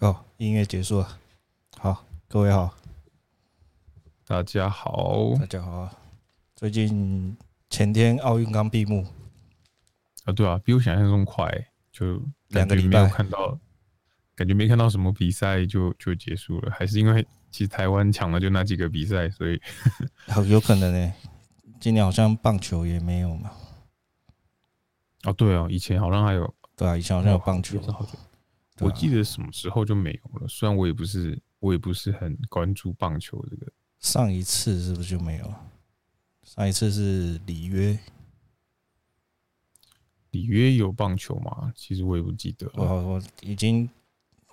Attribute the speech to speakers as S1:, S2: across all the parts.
S1: 哦音乐结束了，好，各位好，
S2: 大家好
S1: 大家好啊。最近前天奥运刚闭幕，
S2: 啊，对啊，比我想象中快欸，就
S1: 两
S2: 感
S1: 个
S2: 觉
S1: 礼
S2: 没有
S1: 拜
S2: 看到，感觉没看到什么比赛就就结束了，还是因为其实台湾抢了就那几个比赛，所以
S1: 好有可能呢、今年好像棒球也没有嘛，
S2: 哦，对哦，以前好像还有
S1: 对啊，以前好像有棒球
S2: 也，是好久
S1: 对
S2: 我
S1: 啊
S2: 记得什么时候就没有了，虽然我也不是我也不是很关注棒球这个，
S1: 上一次是不是就没有了？上一次是里约，
S2: 里约有棒球吗？其实我也不记得
S1: 我
S2: 了，
S1: 我已经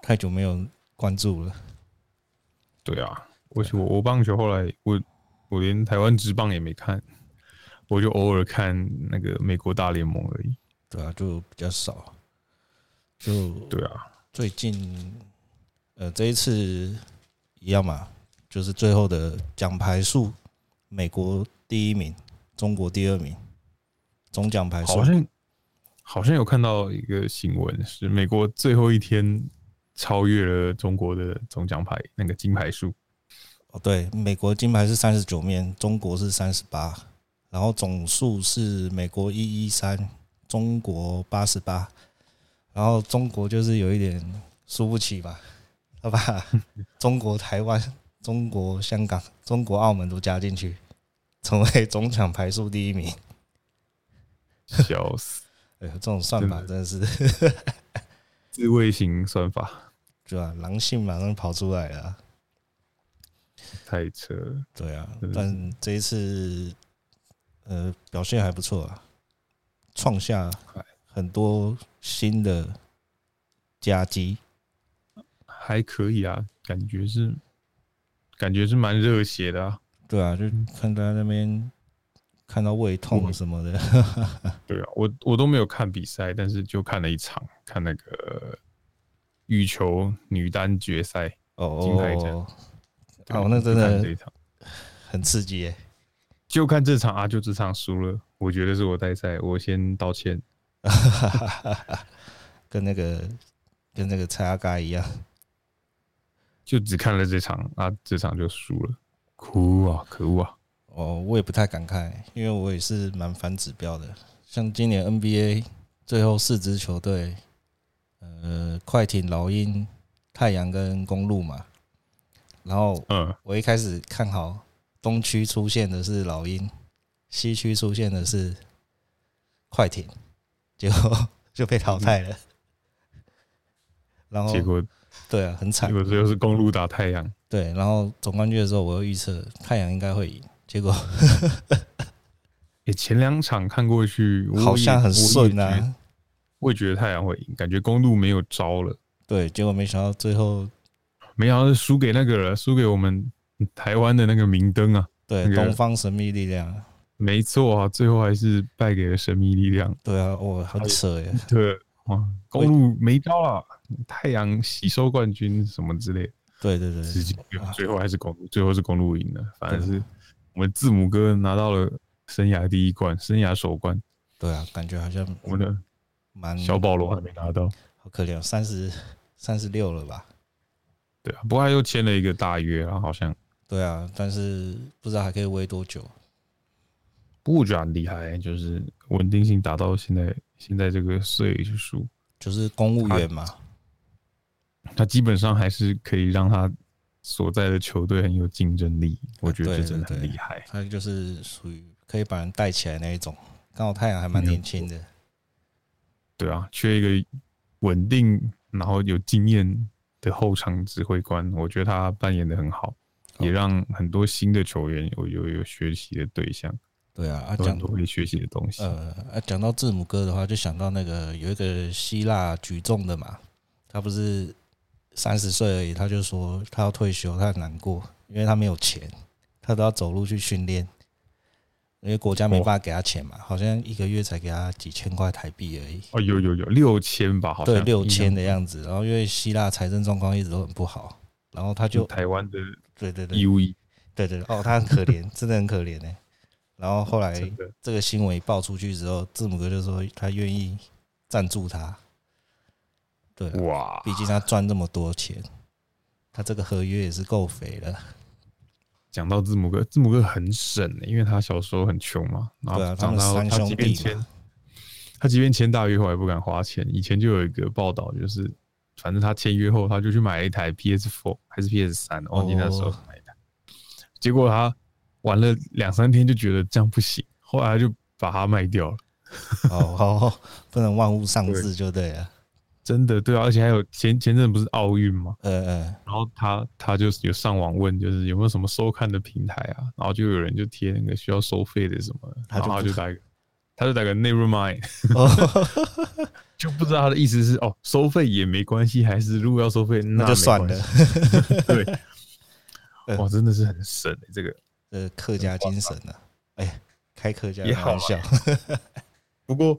S1: 太久没有关注了，
S2: 对啊，而且我我棒球后来我我连台湾职棒也没看，我就偶尔看那个美国大联盟而已，
S1: 对啊，就比较少，就
S2: 对啊。
S1: 最近，呃，这一次一样嘛，就是最后的奖牌数，美国第一名，中国第二名，总奖牌数
S2: 好像好像有看到一个新闻，是美国最后一天超越了中国的总奖牌那个金 牌数。
S1: 哦，对，美国金牌是三十九面，中国是三十八，然后总数是美国一一三，中国八十八，然后中国就是有一点输不起吧，他把中国台湾、中国香港、中国澳门都加进去，成为总奖牌数第一名。
S2: 笑死，
S1: 哎呦，这种算法
S2: 真
S1: 真的是，
S2: 自卫型算法
S1: 对吧、狼性马上跑出来了啊。
S2: 太扯了。
S1: 对啊
S2: 真，的
S1: 但这一次呃表现还不错啊，创下很多新的佳绩。
S2: 还可以啊，感觉是感觉是蛮热血的啊。
S1: 对啊，就看他那边看到胃
S2: 嗯
S1: 痛什么 的，
S2: 对啊，我我都没有看比赛，但是就看了一场，看那个羽球女单决赛。金牌战
S1: 哦，
S2: 对
S1: 哦那真
S2: 就
S1: 的
S2: 看这一场
S1: 很刺激耶、
S2: 就看这场啊，就这场输了，我觉得是我带赛，我先道歉。
S1: 跟那个跟那个蔡阿嘎一样，
S2: 就只看了这场啊，这场就输了，哭啊，可恶啊！
S1: 哦，我也不太敢看，因为我也是蛮反指标的。像今年 NBA 最后四支球队，呃，快艇、老鹰、太阳跟公路嘛。然后
S2: 嗯，
S1: 我一开始看好东区出现的是老鹰，西区出现的是快艇，结果 就被淘汰了。然后
S2: 结果
S1: 对啊，很惨
S2: 结。果最后是公路打太阳，
S1: 对，然后总冠军的时候，我又预测太阳应该会赢，结果
S2: 也前两场看过去，我也
S1: 好像很顺，
S2: 我也觉得
S1: 啊。
S2: 我也觉得太阳会赢，感觉公路没有招了，
S1: 对，结果没想到最后
S2: 没想到是输给那个了，输给我们台湾的那个明灯啊，
S1: 对
S2: 那个
S1: 东方神秘力量，
S2: 没错啊，最后还是败给了神秘力量。
S1: 对啊，我很扯耶，
S2: 对，哇，公路没招了，太阳喜收冠军什么之类的。
S1: 对对对
S2: 直接最后还是公路，最后是公路赢了。反正是我们字母哥拿到了生涯第一冠，生涯首冠。
S1: 对啊，感觉好像
S2: 我们的
S1: 蛮
S2: 小保罗还没拿到，
S1: 好可怜哦，三十三十六了吧？
S2: 对啊，不过他又签了一个大约啊，好像。
S1: 对啊，但是不知道还可以威多久。
S2: 不过我觉得很厉害，就是稳定性达到现在现在这个岁数，
S1: 就是公务员嘛，
S2: 他基本上还是可以让他所在的球队很有竞争力。我觉
S1: 对
S2: 得这真的
S1: 对
S2: 很
S1: 对
S2: 厉害。
S1: 他就是属于可以把人带起来那一种。刚好太阳还蛮年轻的，
S2: 对啊，缺一个稳定然后有经验的后场指挥官，我觉得他扮演的很好，
S1: 哦
S2: 也让很多新的球员有有有学习的对象，
S1: 对啊。啊
S2: 有很
S1: 讲
S2: 多可以学习的东西。
S1: 呃啊讲到字母哥的话，就想到那个有一个希腊举重的嘛，他不是三十岁而已，他就说他要退休，他很难过，因为他没有钱，他都要走路去训练，因为国家没办法给他钱嘛，好像一个月才给他几千块台币而已，
S2: 哦，有有有六千吧，哦好像
S1: 对，六千
S2: 印
S1: 的样子。然后因为希腊财政状况一直都很不好，然后他
S2: 象
S1: 就
S2: 台湾的 E
S1: 对对对
S2: 义务役，
S1: 对对，对哦，他很可怜，真的很可怜呢、欸然后后来
S2: 真的
S1: 这个新闻一爆出去之后，字母哥就说他愿意赞助他，对啊、
S2: 哇，
S1: 毕竟他赚这么多钱，他这个合约也是够肥了。
S2: 讲到字母哥，字母哥很省、欸，因为他小时候很穷嘛，然后
S1: 对啊，他
S2: 长
S1: 们
S2: 大后
S1: 三
S2: 他
S1: 兄
S2: 即便
S1: 弟
S2: 签
S1: 嘛，
S2: 他即便签大约后也不敢花钱。以前就有一个报道，就是反正他签约后，他就去买了一台 PS Four 还是 PS 三，忘记那时候
S1: 哦
S2: 买的。结果他玩了两三天就觉得这样不行，后来他就把它卖掉了。
S1: 哦， 好、哦，不能万物丧志就对了。
S2: 真的对啊，而且还有前前阵不是奥运吗？
S1: 呃呃，
S2: 然后他他就是有上网问，就是有没有什么收看的平台啊？然后就有人就贴那个需要收费的什么的，
S1: 他就
S2: 然后他
S1: 不
S2: 就打一个，他就打个 Never mind，
S1: 哦，
S2: 就不知道他的意思是哦，收费也没关系，还是如果要收费
S1: 那
S2: 那
S1: 就算
S2: 没
S1: 了
S2: 关系。。 对，
S1: 嗯
S2: 哇，真的是很神、欸、这个。
S1: 呃，客家精神啊，哎，开客家
S2: 也好
S1: 玩
S2: 啊
S1: 笑，
S2: 不过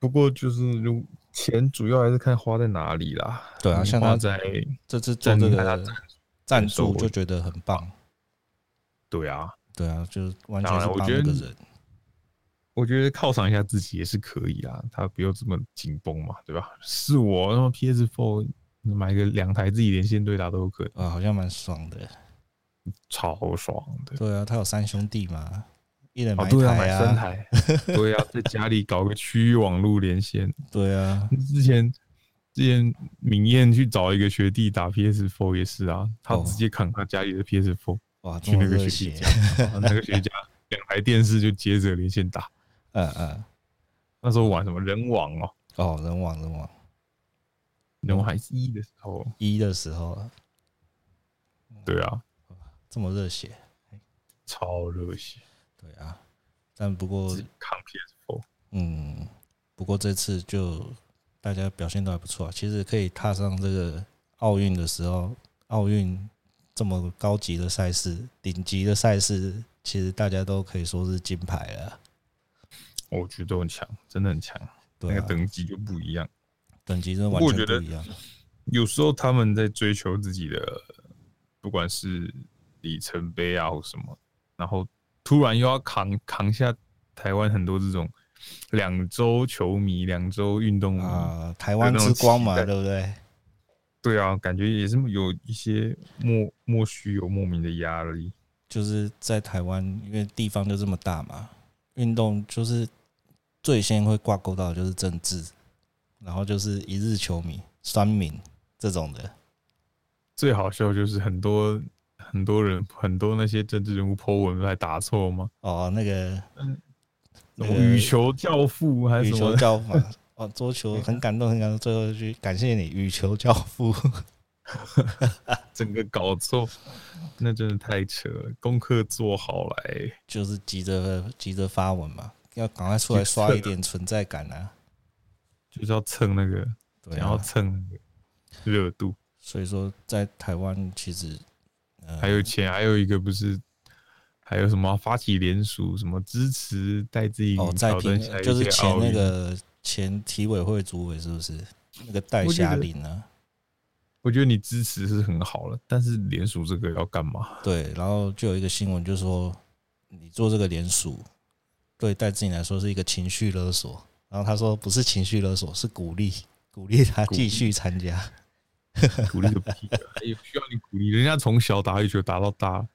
S2: 不过就是如钱主要还是看花在哪里啦。
S1: 对啊
S2: 你
S1: 像他
S2: 花在
S1: 这次做这
S2: 证明他
S1: 个
S2: 赞
S1: 赞
S2: 赞
S1: 助
S2: 助
S1: 就觉得很棒。
S2: 对啊，
S1: 对啊，就完全
S2: 当
S1: 是
S2: 然我
S1: 帮
S2: 觉
S1: 那
S2: 得
S1: 个
S2: 你
S1: 人。
S2: 我觉得犒赏一下自己也是可以啊，他不用这么紧绷嘛，对吧？是我那么 PS Four 买个两台自己连线对打都可以，
S1: 啊，好像蛮爽的。
S2: 超爽的。
S1: 对啊，他有三兄弟嘛，一人
S2: 哦，
S1: 买一
S2: 对啊，
S1: 台
S2: 买三
S1: 啊。
S2: 台， 对啊，在家里搞个区域网络连线。
S1: 对 啊，
S2: 之前之前明艳去找一个学弟打 PS Four 也是啊，他
S1: 哦
S2: 直接扛他家里的 PS Four
S1: 哇，这
S2: 去
S1: 么
S2: 那个
S1: 热
S2: 学弟
S1: 血
S2: 家，，然后那个学 弟家两台电视就接着连线打。
S1: 嗯嗯，
S2: 那时候玩什么人网哦，
S1: 哦，人网人网
S2: 人网还是一的时候，
S1: 一的时候啊嗯
S2: 对啊，
S1: 这么热血，
S2: 超热血。
S1: 对啊，但不过
S2: 自己扛 PS4，
S1: 嗯，不过这次就大家表现都还不错、啊，其实可以踏上这个奥运的时候，奥运这么高级的赛事、顶级的赛事，其实大家都可以说是金牌了。
S2: 我觉得都很强，真的很强，那
S1: 对、
S2: 个
S1: 啊，
S2: 等级就不一样。
S1: 等级真的
S2: 不
S1: 完
S2: 过我
S1: 全
S2: 觉
S1: 不一
S2: 得
S1: 样。
S2: 有时候他们在追求自己的，不管是里程碑啊或什么，然后突然又要扛扛下台湾很多这种两周球迷、两周运动迷，
S1: 啊，台湾之光嘛，
S2: 嗯有那种期待
S1: 对不对？
S2: 对啊，感觉也是有一些莫莫须有莫名的压力。
S1: 就是在台湾，因为地方就这么大嘛，运动就是最先会挂钩到的就是政治，然后就是一日球迷、酸民这种的。
S2: 最好笑就是很多很多人很多那些政治人物 po 文还打错吗？
S1: 哦，那个
S2: 什
S1: 那
S2: 么
S1: 个
S2: 嗯羽球教父还是
S1: 呃羽
S2: 什
S1: 球
S2: 么？
S1: 教父嘛，哦，桌球很感动，很感动，最后一句感谢你，羽球教父。
S2: 整个搞错，那真的太扯了。功课做好来，
S1: 就是急着急着发文嘛，要赶快出来刷一点存在感啊。
S2: 就是要蹭那个，
S1: 对
S2: 想要
S1: 啊，
S2: 蹭那个热度。
S1: 所以说在台湾其实，呃
S2: 还有钱，还有一个不是，还有什么发起联署，什么支持戴志颖
S1: 哦，在
S2: 挑
S1: 评
S2: 战嗯下一
S1: 就是
S2: 届
S1: 前
S2: 奥
S1: 那
S2: 运。
S1: 个前体委会主委是不是那个戴霞玲啊？
S2: 我觉得你支持是很好了，但是联署这个要 干嘛？
S1: 对，然后就有一个新闻就说，你做这个联署，对戴志颖来说是一个情绪勒索。然后他说不是情绪勒索，是鼓励，鼓励他
S2: 鼓励
S1: 继续参加。
S2: 鼓励个屁啊！也不需要你鼓励，人家从小打羽球打到大，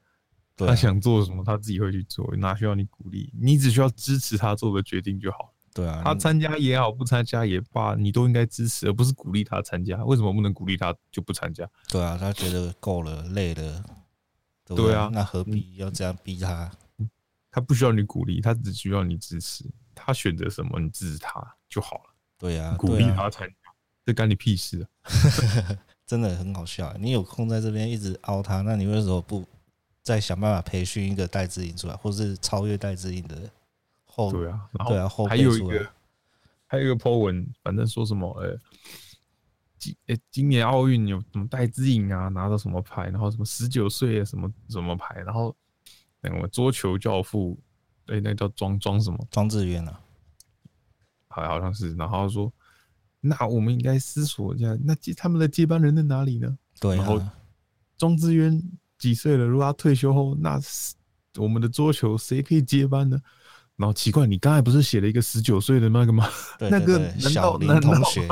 S1: 对
S2: 他
S1: 啊，
S2: 想做什么他自己会去做，哪需要你鼓励？你只需要支持他做的决定就好。
S1: 对啊，
S2: 他参加也好，不参加也罢，你都应该支持，而不是鼓励他参加。为什么不能鼓励他就不参加？
S1: 对啊，他觉得够了，累了，对不
S2: 对啊
S1: 那何必要这样逼他？
S2: 他不需要你鼓励，他只需要你支持。他选择什么，你支持他就好了，
S1: 对啊，
S2: 鼓
S1: 对
S2: 励
S1: 啊
S2: 他参加，这干你屁事啊！
S1: 真的很好笑。你有空在这边一直凹他，那你为什么不再想办法培训一个戴志颖出来，或是超越戴志颖的后？
S2: 对啊，然
S1: 对啊，后
S2: 后还
S1: 辈
S2: 有一
S1: 出来
S2: 个，还有一个 po 文，反正说什么呃。今诶、今年奥运有什么戴资颖啊，拿到什么牌，然后什么十九岁啊的什么什么牌，然后那个桌球教父，诶、那叫庄庄什么？
S1: 庄智渊啊，
S2: 好好像是，然后说，那我们应该思索一下，那接他们的接班人在哪里呢？
S1: 对
S2: 然后
S1: 啊，
S2: 庄智渊几岁了？如果他退休后，那是我们的桌球谁可以接班呢？然后奇怪，你刚才不是写了一个十九岁的那个吗？
S1: 对
S2: 那
S1: 对
S2: 个
S1: 对，
S2: 难
S1: 小
S2: 道
S1: 林
S2: 难道
S1: 同学，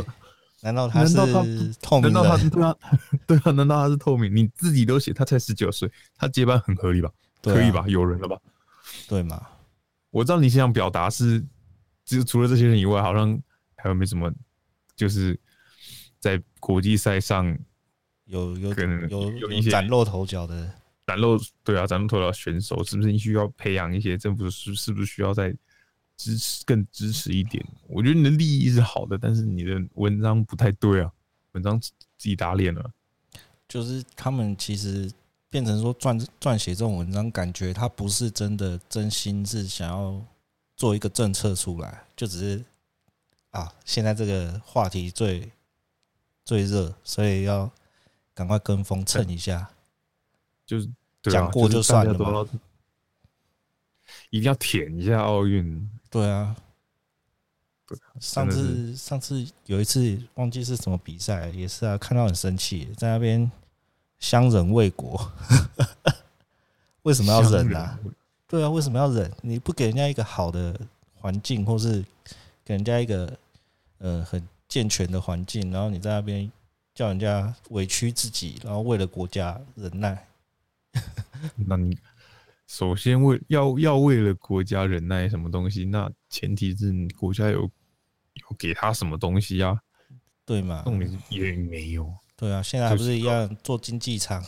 S1: 难道他是
S2: 难道他
S1: 透明
S2: 难道他
S1: 人？
S2: 对啊，对啊，难道他是透明？你自己都写，他才十九岁，他接班很合理吧？
S1: 对啊
S2: 可以吧？有人了吧？
S1: 对嘛？
S2: 我知道你想表达是，就除了这些人以外，好像还有没什么，就是在国际赛上
S1: 有有
S2: 可能
S1: 有
S2: 有一
S1: 有
S2: 些
S1: 崭露头角的，
S2: 展露对啊，咱们头到选手是不是需要培养一些政府是是不是需要再支持更支持一点？我觉得你的利益是好的，但是你的文章不太对啊，文章自己打脸了。
S1: 就是他们其实变成说撰撰写这种文章，感觉他不是真的真心是想要做一个政策出来，就只是啊，现在这个话题最最热，所以要赶快跟风蹭一下。
S2: 就是对啊
S1: 讲过
S2: 就
S1: 就算了
S2: 是大家都要一定要舔一下奥运。
S1: 对啊，
S2: 对啊
S1: 上
S2: 真的
S1: 次上次有一次忘记是什么比赛，也是啊，看到很生气，在那边相忍为国， 为什么要忍啊？对啊，为什么要忍？你不给人家一个好的环境，或是给人家一个呃很健全的环境，然后你在那边叫人家委屈自己，然后为了国家忍耐，
S2: 那你首先为要要为了国家忍耐什么东西，那前提是你国家有有给他什么东西
S1: 嗯
S2: 啊？
S1: 对吗？
S2: 重点是也没有。
S1: 对啊，现在还不
S2: 就是是
S1: 一样做经济舱？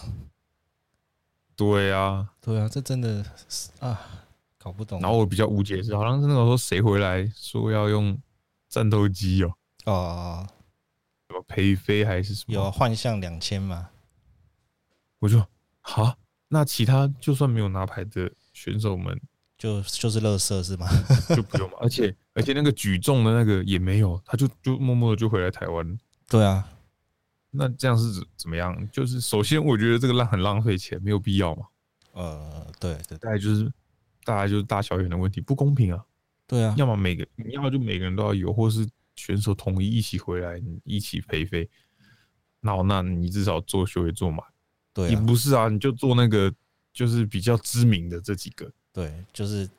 S2: 对啊，
S1: 对啊，这真的是啊，搞不懂。
S2: 然后我比较无解的是，好像是那个时候谁回来说要用战斗机哦，
S1: 哦，
S2: 什么裴飞还是什么？
S1: 有啊幻象两千嘛？
S2: 我就好，那其他就算没有拿牌的选手们
S1: 就就是乐色是吗？
S2: 就不 用嘛，而且而且那个举重的那个也没有，他就就默默的就回来台湾了。
S1: 对啊，
S2: 那这样是怎怎么样？就是首先我觉得这个浪很浪费钱，没有必要嘛。
S1: 呃，对对
S2: 再来就是大家就是大小眼的问题，不公平啊！
S1: 对啊，
S2: 要么每个，要么就每个人都要有，或是选手统一一起回来，你一起陪飞。那我那你至少做秀也做满，
S1: 对
S2: 你
S1: 啊，
S2: 不是啊？你就做那个就是比较知名的这几个，
S1: 对，就是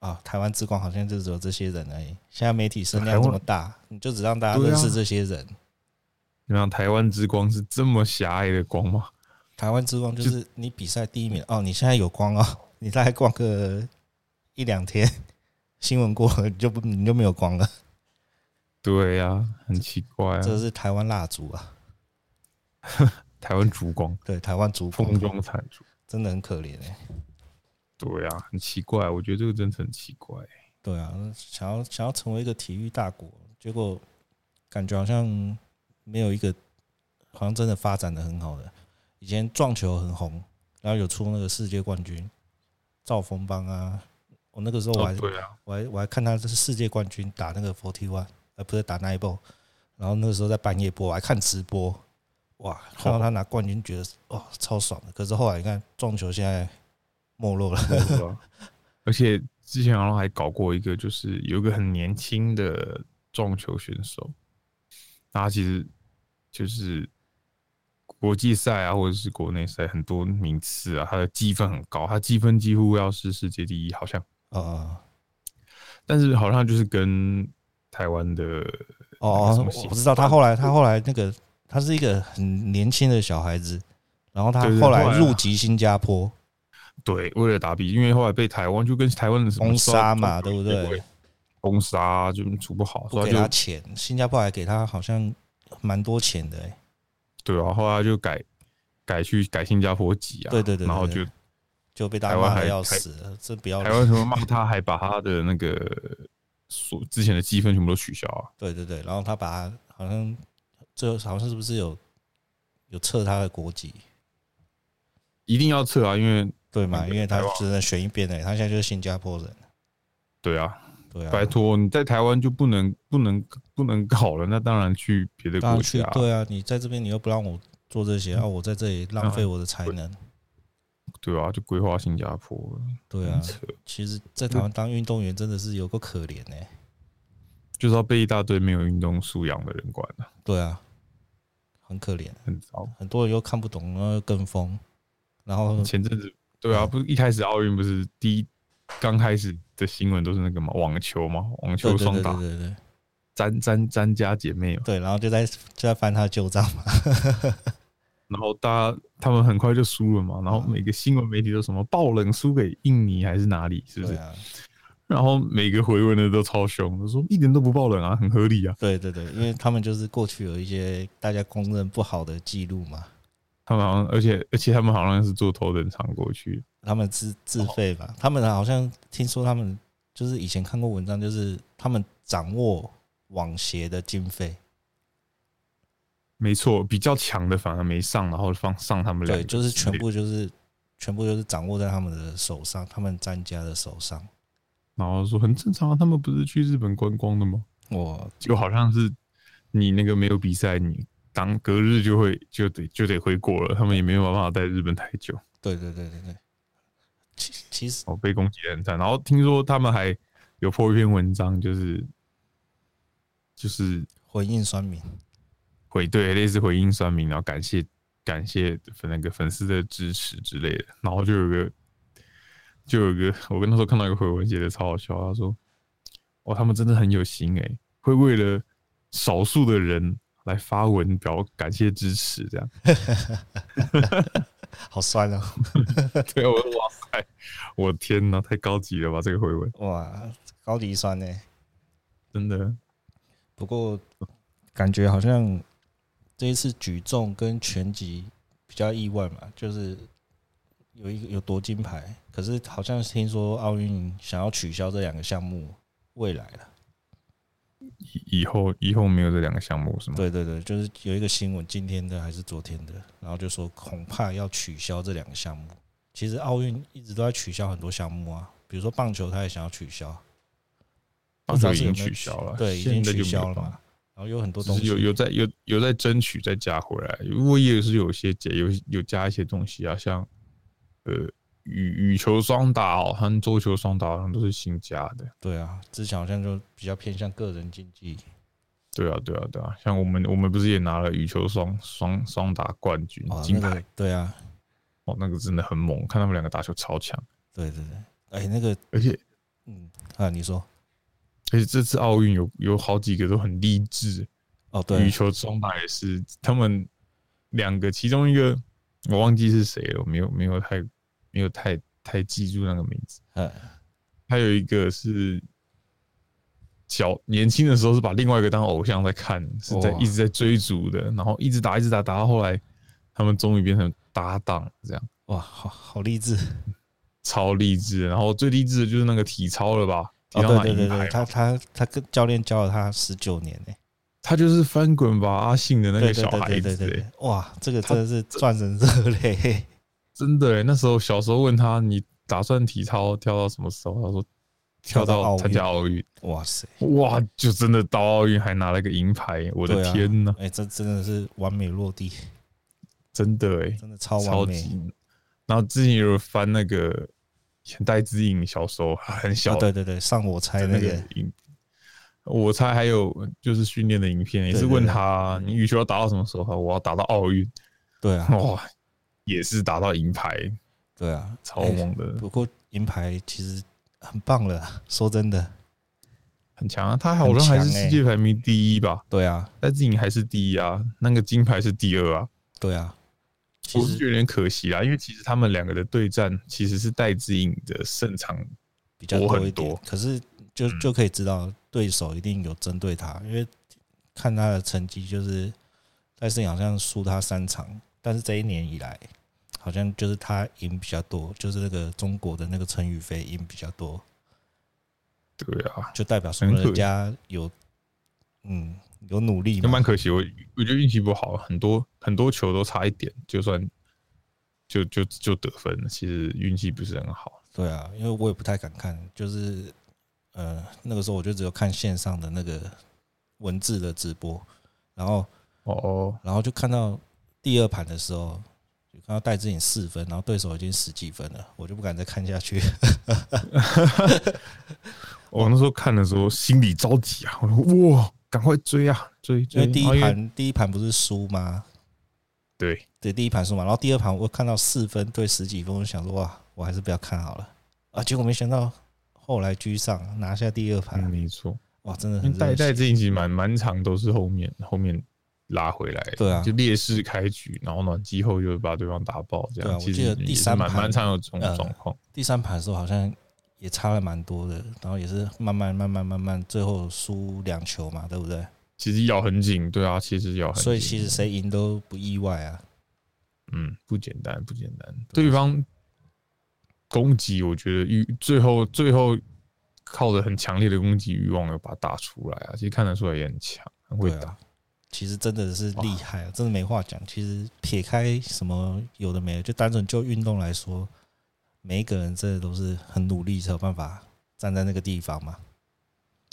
S1: 啊，台湾之光好像就只有这些人而已。现在媒体声量
S2: 台湾
S1: 这么大，你就只让大家
S2: 对啊
S1: 认识这些人。
S2: 你看台湾之光是这么狭隘的光吗？
S1: 台湾之光就是你比赛第一名哦，你现在有光哦，你大概逛个一两天，新闻过了你就不你就没有光了。
S2: 对呀、很奇怪啊！
S1: 这是台湾蜡烛啊，
S2: 台湾烛光，
S1: 对，台湾烛光
S2: 风光残烛，
S1: 真的很可怜哎、
S2: 对呀、很奇怪。我觉得这个真的很奇怪。
S1: 对啊，想要想要成为一个体育大国，结果感觉好像没有一个，好像真的发展的很好的。以前撞球很红，然后有出那个世界冠军，赵峰邦啊，我那个时候我还、
S2: 哦，对啊，
S1: 我还我还看他这是世界冠军打那个 Forty One，呃，不是打 Nine Ball，然后那个时候在半夜播，我还看直播，哇，看到他拿冠军，觉得哦超爽的。可是后来你看撞球现在没落了，
S2: 对啊 而且之前好像还搞过一个，就是有一个很年轻的撞球选手，那他其实就是国际赛啊，或者是国内赛很多名次啊，他的积分很高，他积分几乎要是世界第一，好像，
S1: 呃，
S2: 但是好像就是跟台湾的那个什
S1: 哦
S2: 么，
S1: 我
S2: 协
S1: 不知道他后来他后来那个他是一个很年轻的小孩子，然后他
S2: 对对
S1: 后
S2: 后来
S1: 来
S2: 啊
S1: 入籍新加坡
S2: 对为了打比，因为后来被台湾就跟台湾的什么
S1: 封杀嘛，
S2: 撞
S1: 对
S2: 球
S1: 不
S2: 协会
S1: 对？？
S2: 封杀啊就处不好，
S1: 不
S2: 所
S1: 给
S2: 以他就
S1: 他钱，新加坡还给他好像蛮多钱的、欸，
S2: 对啊，后来就改改去改新加坡籍啊，
S1: 对对对对
S2: 然后
S1: 对
S2: 就
S1: 就被大
S2: 台
S1: 家
S2: 湾
S1: 骂的
S2: 还
S1: 要
S2: 还
S1: 死了，这不要
S2: 台
S1: 脸。
S2: 湾什么骂他，还把他的那个所之前的积分全部都取消啊，
S1: 对对对，然后他把他好像最后好像是不是有有撤他的国籍？
S2: 一定要撤啊，因为
S1: 对嘛？
S2: 嗯
S1: 因为他
S2: 台湾
S1: 只能选一边的、他现在就是新加坡人，
S2: 对啊，
S1: 对啊，
S2: 拜托你在台湾就不能不能不能搞了，那当然去别的
S1: 当然
S2: 国
S1: 去
S2: 家啊，嗯
S1: 对啊，你在这边你又不让我做这些，啊，我在这里浪费我的才能，
S2: 对啊，就规划新加坡，
S1: 对啊，
S2: 扯，
S1: 其实，
S2: 嗯
S1: 在台湾当运动员真的是有够可怜呢、
S2: 就是要被一大堆没有运动素养的人管了、
S1: 对啊，很可怜，
S2: 很糟。
S1: 很多人又看不懂，然后又跟风，然后
S2: 前阵子对啊，不是一开始奥运不是第一刚开始的新闻都是那个嘛网球嘛，网
S1: 对
S2: 球
S1: 对
S2: 双
S1: 对对
S2: 打
S1: 对对，
S2: 詹詹詹家姐妹嘛，
S1: 对，然后就在就在翻他旧账嘛，
S2: 然后大家他们很快就输了嘛，然后
S1: 嗯
S2: 每个新闻媒体都什么爆冷输给印尼还是哪里，是不
S1: 对
S2: 是？
S1: 啊，
S2: 然后每个回文的都超凶，都说一点都不爆冷啊，很合理 啊。
S1: 对对对，因为他们就是过去有一些大家公认不好的记录嘛，
S2: 他们好像，而且而且他们好像是坐头等舱过去，
S1: 他们自自费吧，他们好像听说他们就是以前看过文章，就是他们掌握网协的经费，
S2: 没错，比较强的反而没上，然后放上他们两
S1: 对，
S2: 个，
S1: 就是全部就是全部就是掌握在他们的手上，他们詹家的手上。
S2: 然后说很正常啊，他们不是去日本观光的吗？
S1: 我
S2: 就好像是你那个没有比赛，你当隔日就会就得就得回国了，他们也没有办法在日本太久，
S1: 对对对对对，其其实
S2: 哦，被攻击得很惨。然后听说他们还有破一篇文章，就是就是
S1: 回应酸民，
S2: 回对类似回应酸民，然后感谢感谢那个粉丝的支持之类的，然后就有个就有个我跟那时候看到一个回文写的超好笑，他说：“哦，他们真的很有心诶、会为了少数的人来发文表感谢支持，这样。
S1: 好酸哦！”
S2: 对，我说哇塞，我天哪，太高级了吧这个回文，
S1: 哇，高级酸呢、
S2: 真的
S1: 不过感觉好像这一次举重跟拳击比较意外嘛，就是有一个有夺金牌，可是好像听说奥运想要取消这两个项目，未来了。
S2: 以以后以后没有这两个项目是吗？
S1: 对对对，就是有一个新闻，今天的还是昨天的，然后就说恐怕要取消这两个项目。其实奥运一直都在取消很多项目啊，比如说棒球，他也想要取消，
S2: 啊，
S1: 不知
S2: 就
S1: 道
S2: 已
S1: 是有
S2: 经
S1: 没有
S2: 取消了，
S1: 对，已
S2: 现
S1: 经
S2: 在就
S1: 取
S2: 没
S1: 消
S2: 有
S1: 了
S2: 办法
S1: 嘛。然后有很多
S2: 只
S1: 东
S2: 是
S1: 西
S2: 有有在有有在争取再加回来，我也是有些解有有加一些东西啊，像呃羽羽球双打哦，和桌球双打好像都是新加的。
S1: 对啊，之前好像就比较偏向个人竞技，
S2: 对啊，对啊，对啊，像我们我们不是也拿了羽球双双双打冠军
S1: 哇，
S2: 金
S1: 哦那
S2: 牌
S1: 个对啊，
S2: 哦，那个真的很猛，看他们两个打球超强，
S1: 对对对，哎、那个
S2: 而且
S1: 嗯啊，你说
S2: 而且这次奥运有有好几个都很励志，
S1: 哦，
S2: 羽
S1: 对
S2: 球双打也是，他们两个其中一个我忘记是谁了，我没有没有太没有太太记住那个名字。
S1: 呃，
S2: 还有一个是小年轻的时候是把另外一个当偶像在看，是在
S1: 哇
S2: 一直在追逐的，然后一直打一直打，打到后来他们终于变成搭档，这样
S1: 哇，好好励志
S2: 超励志的。然后最励志的就是那个体操了吧？体
S1: 哦，
S2: 操
S1: 对
S2: 拿
S1: 对
S2: 银
S1: 对
S2: 牌
S1: 对，
S2: 嘛，
S1: 他他他跟教练教了他十九年呢、
S2: 他就是翻滚吧阿信的那
S1: 对
S2: 个
S1: 对
S2: 小
S1: 对
S2: 孩
S1: 对对
S2: 子、
S1: 对
S2: 欸。
S1: 对，哇，这个
S2: 他
S1: 真的是赚人热泪，嘿
S2: 真的欸，那时候小时候问他你打算体操跳到什么时候，他说
S1: 跳
S2: 跳
S1: 到奥
S2: 到
S1: 运
S2: 参加奥运，
S1: 哇塞，
S2: 哇，就真的到奥运还拿了个银牌，我
S1: 对
S2: 的
S1: 啊
S2: 天呐、
S1: 哎、这真的是完美落地，
S2: 真的哎，
S1: 真的超
S2: 超
S1: 完美，
S2: 级。然后之前有翻那个戴资颖小时候很小
S1: 哦，对对对，上我猜
S2: 的
S1: 那
S2: 那
S1: 个
S2: 个，影，我猜还有就是训练的影片，啊也
S1: 对
S2: 是
S1: 对
S2: 问
S1: 对
S2: 他你羽球要打到什么时候，他说我要打到奥运，
S1: 对啊
S2: 哇，也是打到银牌，
S1: 对啊，
S2: 超
S1: 哎
S2: 猛的。
S1: 不过银牌其实很棒了啦，说真的，
S2: 很强啊，他好像还是
S1: 欸
S2: 世界排名第一吧，
S1: 对啊
S2: 戴资颖还是第一啊，那个金牌是第二啊，
S1: 对啊，其
S2: 我是觉
S1: 实
S2: 得有点可惜啊，因为其实他们两个的对战其实是戴资颖的胜场，
S1: 比较
S2: 多
S1: 多
S2: 很
S1: 一点
S2: 多，嗯
S1: 可是就就可以知道对手一定有针对他，因为看他的成绩就是戴森好像输他三场，但是这一年以来好像就是他赢比较多，就是那个中国的那个陈宇飞赢比较多，
S2: 对啊，
S1: 就代表说
S2: 很可
S1: 人家有嗯有努力
S2: 也
S1: 嘛
S2: 蛮，可惜。我我觉得运气不好，很多很多球都差一点，就算就就就得分了，其实运气不是很好。
S1: 对啊，因为我也不太敢看，就是呃那个时候我就只有看线上的那个文字的直播，然后。
S2: 哦，
S1: 然后就看到第二盘的时候，就看到戴志颖四分，然后对手已经十几分了，我就不敢再看下去。
S2: 我那时候看的时候心里着急啊，我说哇，赶快追啊，追
S1: 因
S2: 追！
S1: 为第一
S2: 然后因为
S1: 盘第一盘不是输吗？
S2: 对，
S1: 对，第一盘输嘛。然后第二盘我看到四分对十几分，我就想说哇，我还是不要看好了啊。结果没想到后来居上拿下第二盘，
S2: 嗯没错，
S1: 哇，真的
S2: 因
S1: 很
S2: 为代
S1: 热血
S2: 代之前其实蛮蛮长，都是后面后面拉回来，
S1: 对啊
S2: 就劣势开局，然后暖机后就把对方打爆，这
S1: 对啊
S2: 样
S1: 我
S2: 其
S1: 记
S2: 实
S1: 得
S2: 也
S1: 第
S2: 是
S1: 三
S2: 蛮
S1: 盘
S2: 蛮常有这种
S1: 呃
S2: 状况，
S1: 第三盘的时候好像也差了蛮多的，然后也是慢慢慢慢慢慢，最后输两球嘛，对不对？
S2: 其实咬很紧，对啊，其实哦咬很紧，
S1: 所以其实谁赢都不意外啊。
S2: 嗯不简单不简单，对方攻击我觉得欲最后最后靠着很强烈的攻击欲望有把它打出来啊，其实看得出来也很强，很会
S1: 对
S2: 打
S1: 啊，，其实真的是厉害啊，真的没话讲。其实撇开什么有的没的，就单纯就运动来说，每一个人真的都是很努力才有办法站在那个地方嘛。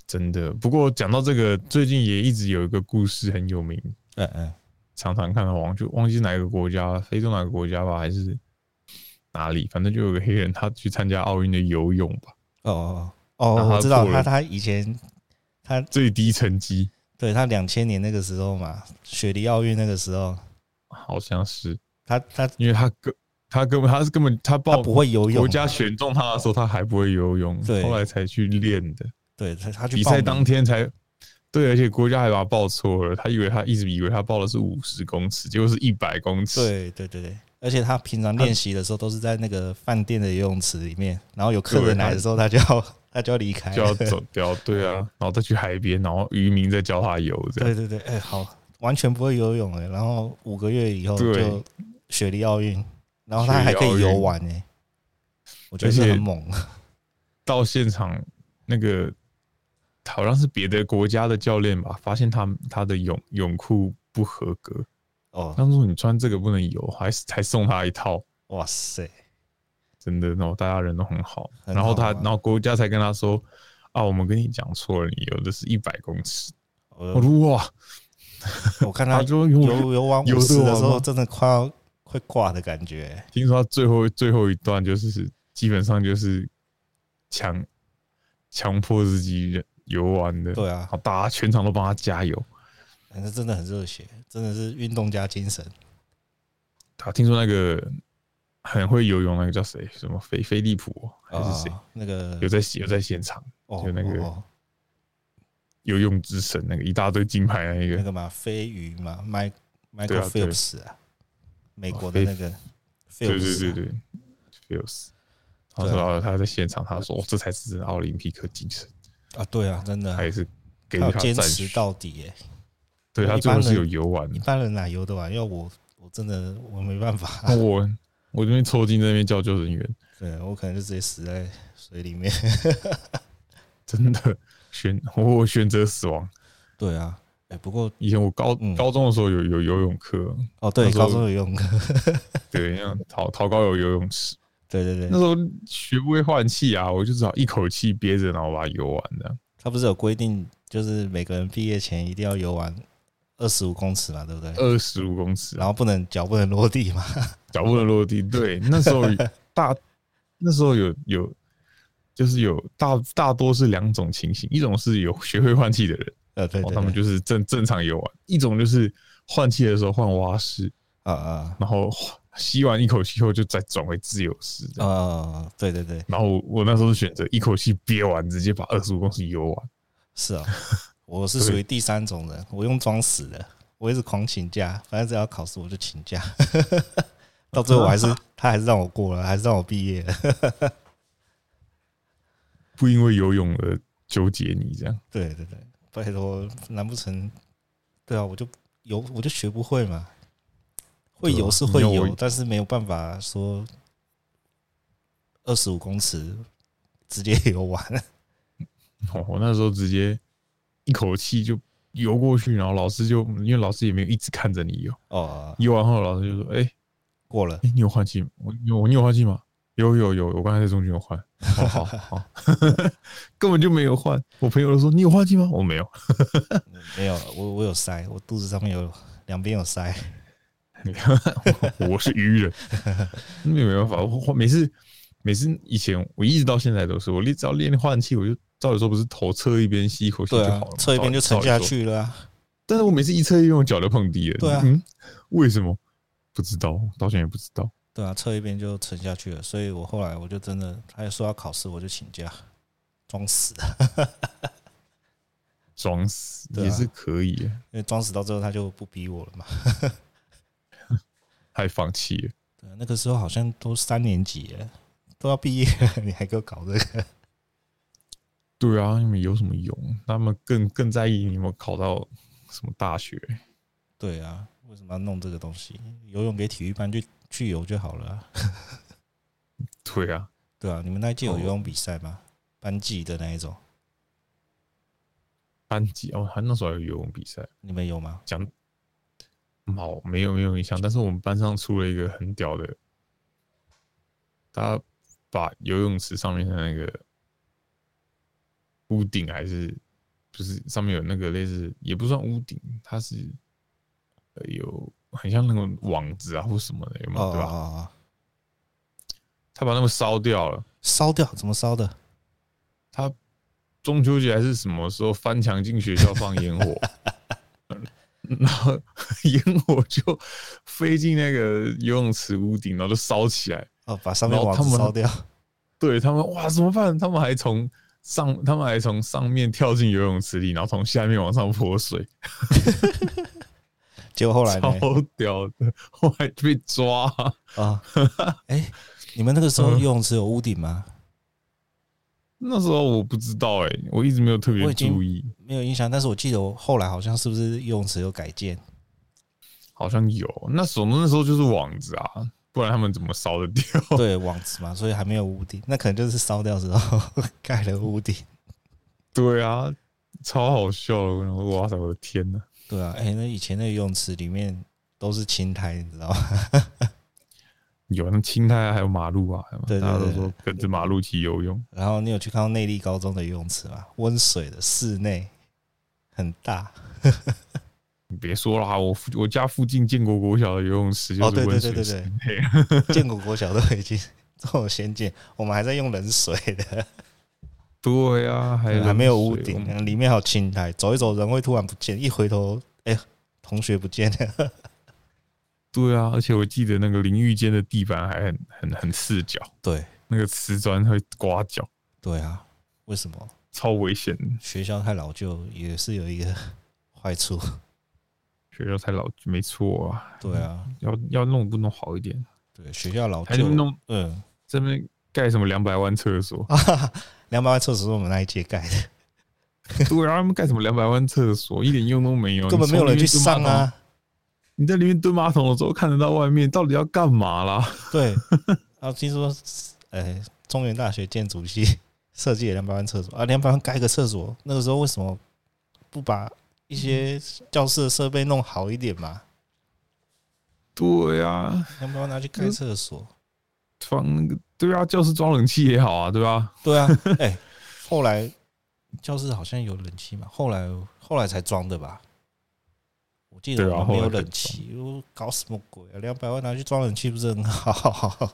S2: 真的。不过讲到这个，最近也一直有一个故事很有名，
S1: 嗯嗯，
S2: 常常看到网就忘记哪一个国家，非洲哪个国家吧，还是哪里，反正就有个黑人他去参加奥运的游泳吧，
S1: 哦哦
S2: 那
S1: 哦哦，
S2: 他
S1: 我知道
S2: 做
S1: 他
S2: 了
S1: 他以前他
S2: 最低成绩
S1: 对他两千年那个时候嘛，雪梨奥运那个时候，
S2: 好像是，
S1: 他他
S2: 因为他根他根本他是根本他
S1: 他
S2: 报
S1: 不会游泳
S2: 国
S1: 啊，
S2: 家选中他的时候他还不会游泳，
S1: 对
S2: 后来才去练的，
S1: 对他他去
S2: 比
S1: 报
S2: 赛
S1: 名
S2: 当天才。对，而且国家还把他报错了，他以为他一直以为他报的是五十公尺，结果是一百公尺。
S1: 对对对对，而且他平常练习的时候都是在那个饭店的游泳池里面，然后有客人来的时候，他就要他就要离开，
S2: 就要走掉， 对啊，然后再去海边，然后渔民再教他游，这样
S1: 对对对，哎、好，完全不会游泳哎、然后五个月以后
S2: 对
S1: 就雪梨奥运，然后他还可以游玩哎、我觉得
S2: 而且
S1: 这很猛，
S2: 到现场那个好像是别的国家的教练吧，发现他他的泳泳裤不合格，
S1: 哦，
S2: 他们说你穿这个不能游，还才送他一套，
S1: 哇塞，
S2: 真的，然后大家人都很好，
S1: 很
S2: 然后
S1: 好
S2: 他
S1: 啊
S2: 然后国家才跟他说啊，我们跟你讲错了，你游的是一百公尺，我
S1: 我
S2: 说哇，
S1: 我看他
S2: 他说
S1: 游
S2: 游，
S1: 游完
S2: 游
S1: 五
S2: 得
S1: 十的
S2: 完
S1: 时候，
S2: 吗
S1: 真的快要快挂的感觉、欸
S2: 听说他最后最后一段就是基本上就是强强迫自己游玩的，
S1: 对啊
S2: 好，，大家全场都帮他加油。
S1: 反正真的很热血，真的是运动加精神。
S2: 他听说那个很会游泳那个叫谁？什么菲菲利普哦还是谁？
S1: 啊那个
S2: 有在有在现场
S1: 哦
S2: 就那个
S1: 哦哦
S2: 游泳之神那个一大堆金牌那
S1: 那
S2: 个
S1: 个嘛，飞鱼嘛，Mi
S2: 对
S1: Michael
S2: 啊对哦
S1: Phelps 啊，美国的
S2: 飞
S1: 那个 Phelps，
S2: 对对对
S1: 啊
S2: 对，Feels。他
S1: 对啊
S2: 说哦他在现场，他说哦这才是奥林匹克精神，
S1: 啊，对啊，真的啊
S2: 他，也是给予
S1: 他有
S2: 他
S1: 坚
S2: 赞
S1: 持
S2: 许。
S1: 到底欸耶。
S2: 对他
S1: 一
S2: 最后
S1: 般
S2: 是
S1: 人
S2: 有游玩
S1: 一
S2: 的。
S1: 般人哪游得完？因为我我真的我没办法，
S2: 那我我这边抽筋，那边叫救生员，
S1: 对我可能就直接死在水里面。
S2: 真的选我选择死亡。
S1: 对啊，哎，不过
S2: 以前我高
S1: 嗯
S2: 高中的时候有有游泳课，
S1: 哦，对
S2: 那，时候
S1: 高中有游泳课，
S2: 对，像陶陶高有游泳池，
S1: 对对
S2: 那
S1: 对，
S2: 时候学不会换气啊，我就只好一口气憋着，然后把它游完的。
S1: 他不是有规定，就是每个人毕业前一定要游完二十五公尺嘛，对不对？
S2: 二十五公尺，
S1: 然
S2: 然后
S1: 后不能脚不能落地嘛。
S2: 脚不能落地。对，那时候大，那时候有有，就是有大大多是两种情形，一种是有学会换气的人，
S1: 呃，对
S2: 哦
S1: 对，
S2: 他们
S1: 对
S2: 就是正正常游完；一种就是换气的时候换蛙式，
S1: 啊啊
S2: 然后吸完一口气后就再转为自由式这样。
S1: 啊，对对对，
S2: 然后我我那时候是选择一口气憋完，直接把二十五公尺游完。
S1: 是 啊，我是属于第三种人，我用装死的，我一直狂请假，反正只要考试我就请假， 到最后我还 是他还是让我过了，还是让我毕业了。
S2: 不因为游泳而纠结你这样。
S1: 对对对，拜托，难不成对啊？我就游我就学不会嘛，会
S2: 对啊
S1: 游是会
S2: 你要我
S1: 游，但是没有办法说二十五公尺直接游完。
S2: 哦，我那时候直接一口气就游过去，然后老师就因为老师也没有一直看着你游，
S1: 哦，
S2: 游完后老师就说：“哎、
S1: 过了，
S2: 哎，你有换气吗？我有我你有换气吗？有有有，我刚才在中间有换。哦好好， 根本就没有换。我朋友都说你有换气吗？我没有，
S1: 没有，我我有塞，我肚子上面有两边有塞。
S2: 你看我我是愚人，那没办法，我我每次每次以前我一直到现在都是，我只要练换气，我就照理说不是头侧一边吸一口气
S1: 对
S2: 就
S1: 啊
S2: 好了，嘛，
S1: 侧一边就沉
S2: 照理
S1: 下
S2: 说
S1: 去了、啊。
S2: 但是我每次一测一用脚就碰地了。
S1: 对啊
S2: 嗯，为什么？不知道，到现在也不知道。
S1: 对啊，侧一边就沉下去了，所以我后来我就真的，他说要考试，我就请假，装死。
S2: 装死
S1: 对啊
S2: 也是可以的，
S1: 因为装死到最后他就不逼我了嘛。
S2: 太放弃了。
S1: 对，啊那个时候好像都三年级了，都要毕业 了，你还给我搞这个？
S2: 对啊，你们有什么用？他们更更在意你有没有考到什么大学。
S1: 对啊，为什么要弄这个东西？游泳给体育班去去游就好了、啊。
S2: 对啊，
S1: 对啊，你们那一届有
S2: 哦
S1: 游泳比赛吗？班级的那一种，
S2: 班级哦，还那时候还有游泳比赛，
S1: 你们有吗？
S2: 讲好没有没有印象，但是我们班上出了一个很屌的，他把游泳池上面的那个屋顶还是就是上面有那个类似也不算屋顶，它是呃有很像那种网子啊或什么的，有没
S1: 哦
S2: 有？
S1: 哦
S2: 对
S1: 哦
S2: 吧？
S1: 哦，
S2: 他把那个烧掉了。
S1: 烧掉怎么烧的？
S2: 他中秋节还是什么时候翻墙进学校放 烟火，嗯然后烟火就飞进那个游泳池屋顶，然后就烧起来。
S1: 哦，把上面
S2: 然后
S1: 网
S2: 他
S1: 子
S2: 们
S1: 烧掉。
S2: 对他们，哇，怎么办？他们还从上，他们还从上面跳进游泳池里，然后从下面往上泼水，
S1: 结果后来呢？
S2: 超屌的。后来被抓，
S1: 啊，哎、你们那个时
S2: 嗯
S1: 候游泳池有屋顶吗？
S2: 那时候我不知道哎、我一直没有特
S1: 我
S2: 别
S1: 已经
S2: 注意，
S1: 没有印象，但是我记得我后来好像是不是游泳池有改建？
S2: 好像有。那时候那时候就是网子啊，不然他们怎么烧得掉？
S1: 对，网子嘛，所以还没有屋顶，那可能就是烧掉之后 盖了屋顶。
S2: 对啊，超好笑的！然后哇塞，我的天呐！
S1: 对啊，哎、那以前那个游泳池里面都是青苔，你知道吗？
S2: 有那青苔还有马路啊，还有
S1: 对对
S2: 大家都
S1: 对
S2: 说跟着马路骑游泳，
S1: 然后你有去看到内力高中的游泳池吗？温水的室内很大，
S2: 你别说啦，我附我家附近建国国小的游泳池
S1: 哦
S2: 就是
S1: 对对
S2: 温水
S1: 对
S2: 池
S1: 对
S2: 内，
S1: 建国国小都已经 这么先进，我们还在用冷水的，
S2: 对啊，还 有
S1: 还没有
S2: 冷
S1: 屋
S2: 水哦我
S1: 顶
S2: 们，
S1: 里面还有青苔，走一走人会突然不见，一回头，哎、同学不见了。
S2: 对啊，而且我记得那个淋浴间的地板还很很很刺脚，
S1: 对
S2: 那个瓷砖会刮脚，
S1: 对啊，为什么
S2: 超危险的。
S1: 学校太老旧也是有一个 坏处？
S2: 学校才老，没错啊，
S1: 对啊，
S2: 要要弄不弄好一点，
S1: 对学校老
S2: 还能
S1: 旧，
S2: 弄
S1: 嗯，
S2: 这边盖什么两百万厕所？
S1: 两百万厕所是我们那一届盖的，
S2: 对啊，他们盖什么两百万厕所，一点用都没有，
S1: 根本没有人去上啊。
S2: 你从里面蹲马桶！你在里面蹲马桶的时候看得到外面，到底要干嘛啦？
S1: 对，然后听说，呃，中原大学建筑系设计了两百万厕所啊，两百万盖个厕所，那个时候为什么不把一些教室的设备弄好一点嘛？
S2: 对啊，
S1: 两百万拿去盖厕所，
S2: 装那个对啊，教室装冷气也好啊，对吧？
S1: 对啊， 哎、后来教室好像有冷气嘛，后来后来才装的吧？我记得
S2: 对啊
S1: 我们没有
S2: 后来才
S1: 冷气，我搞什么鬼啊？两百万拿去装冷气不是很好？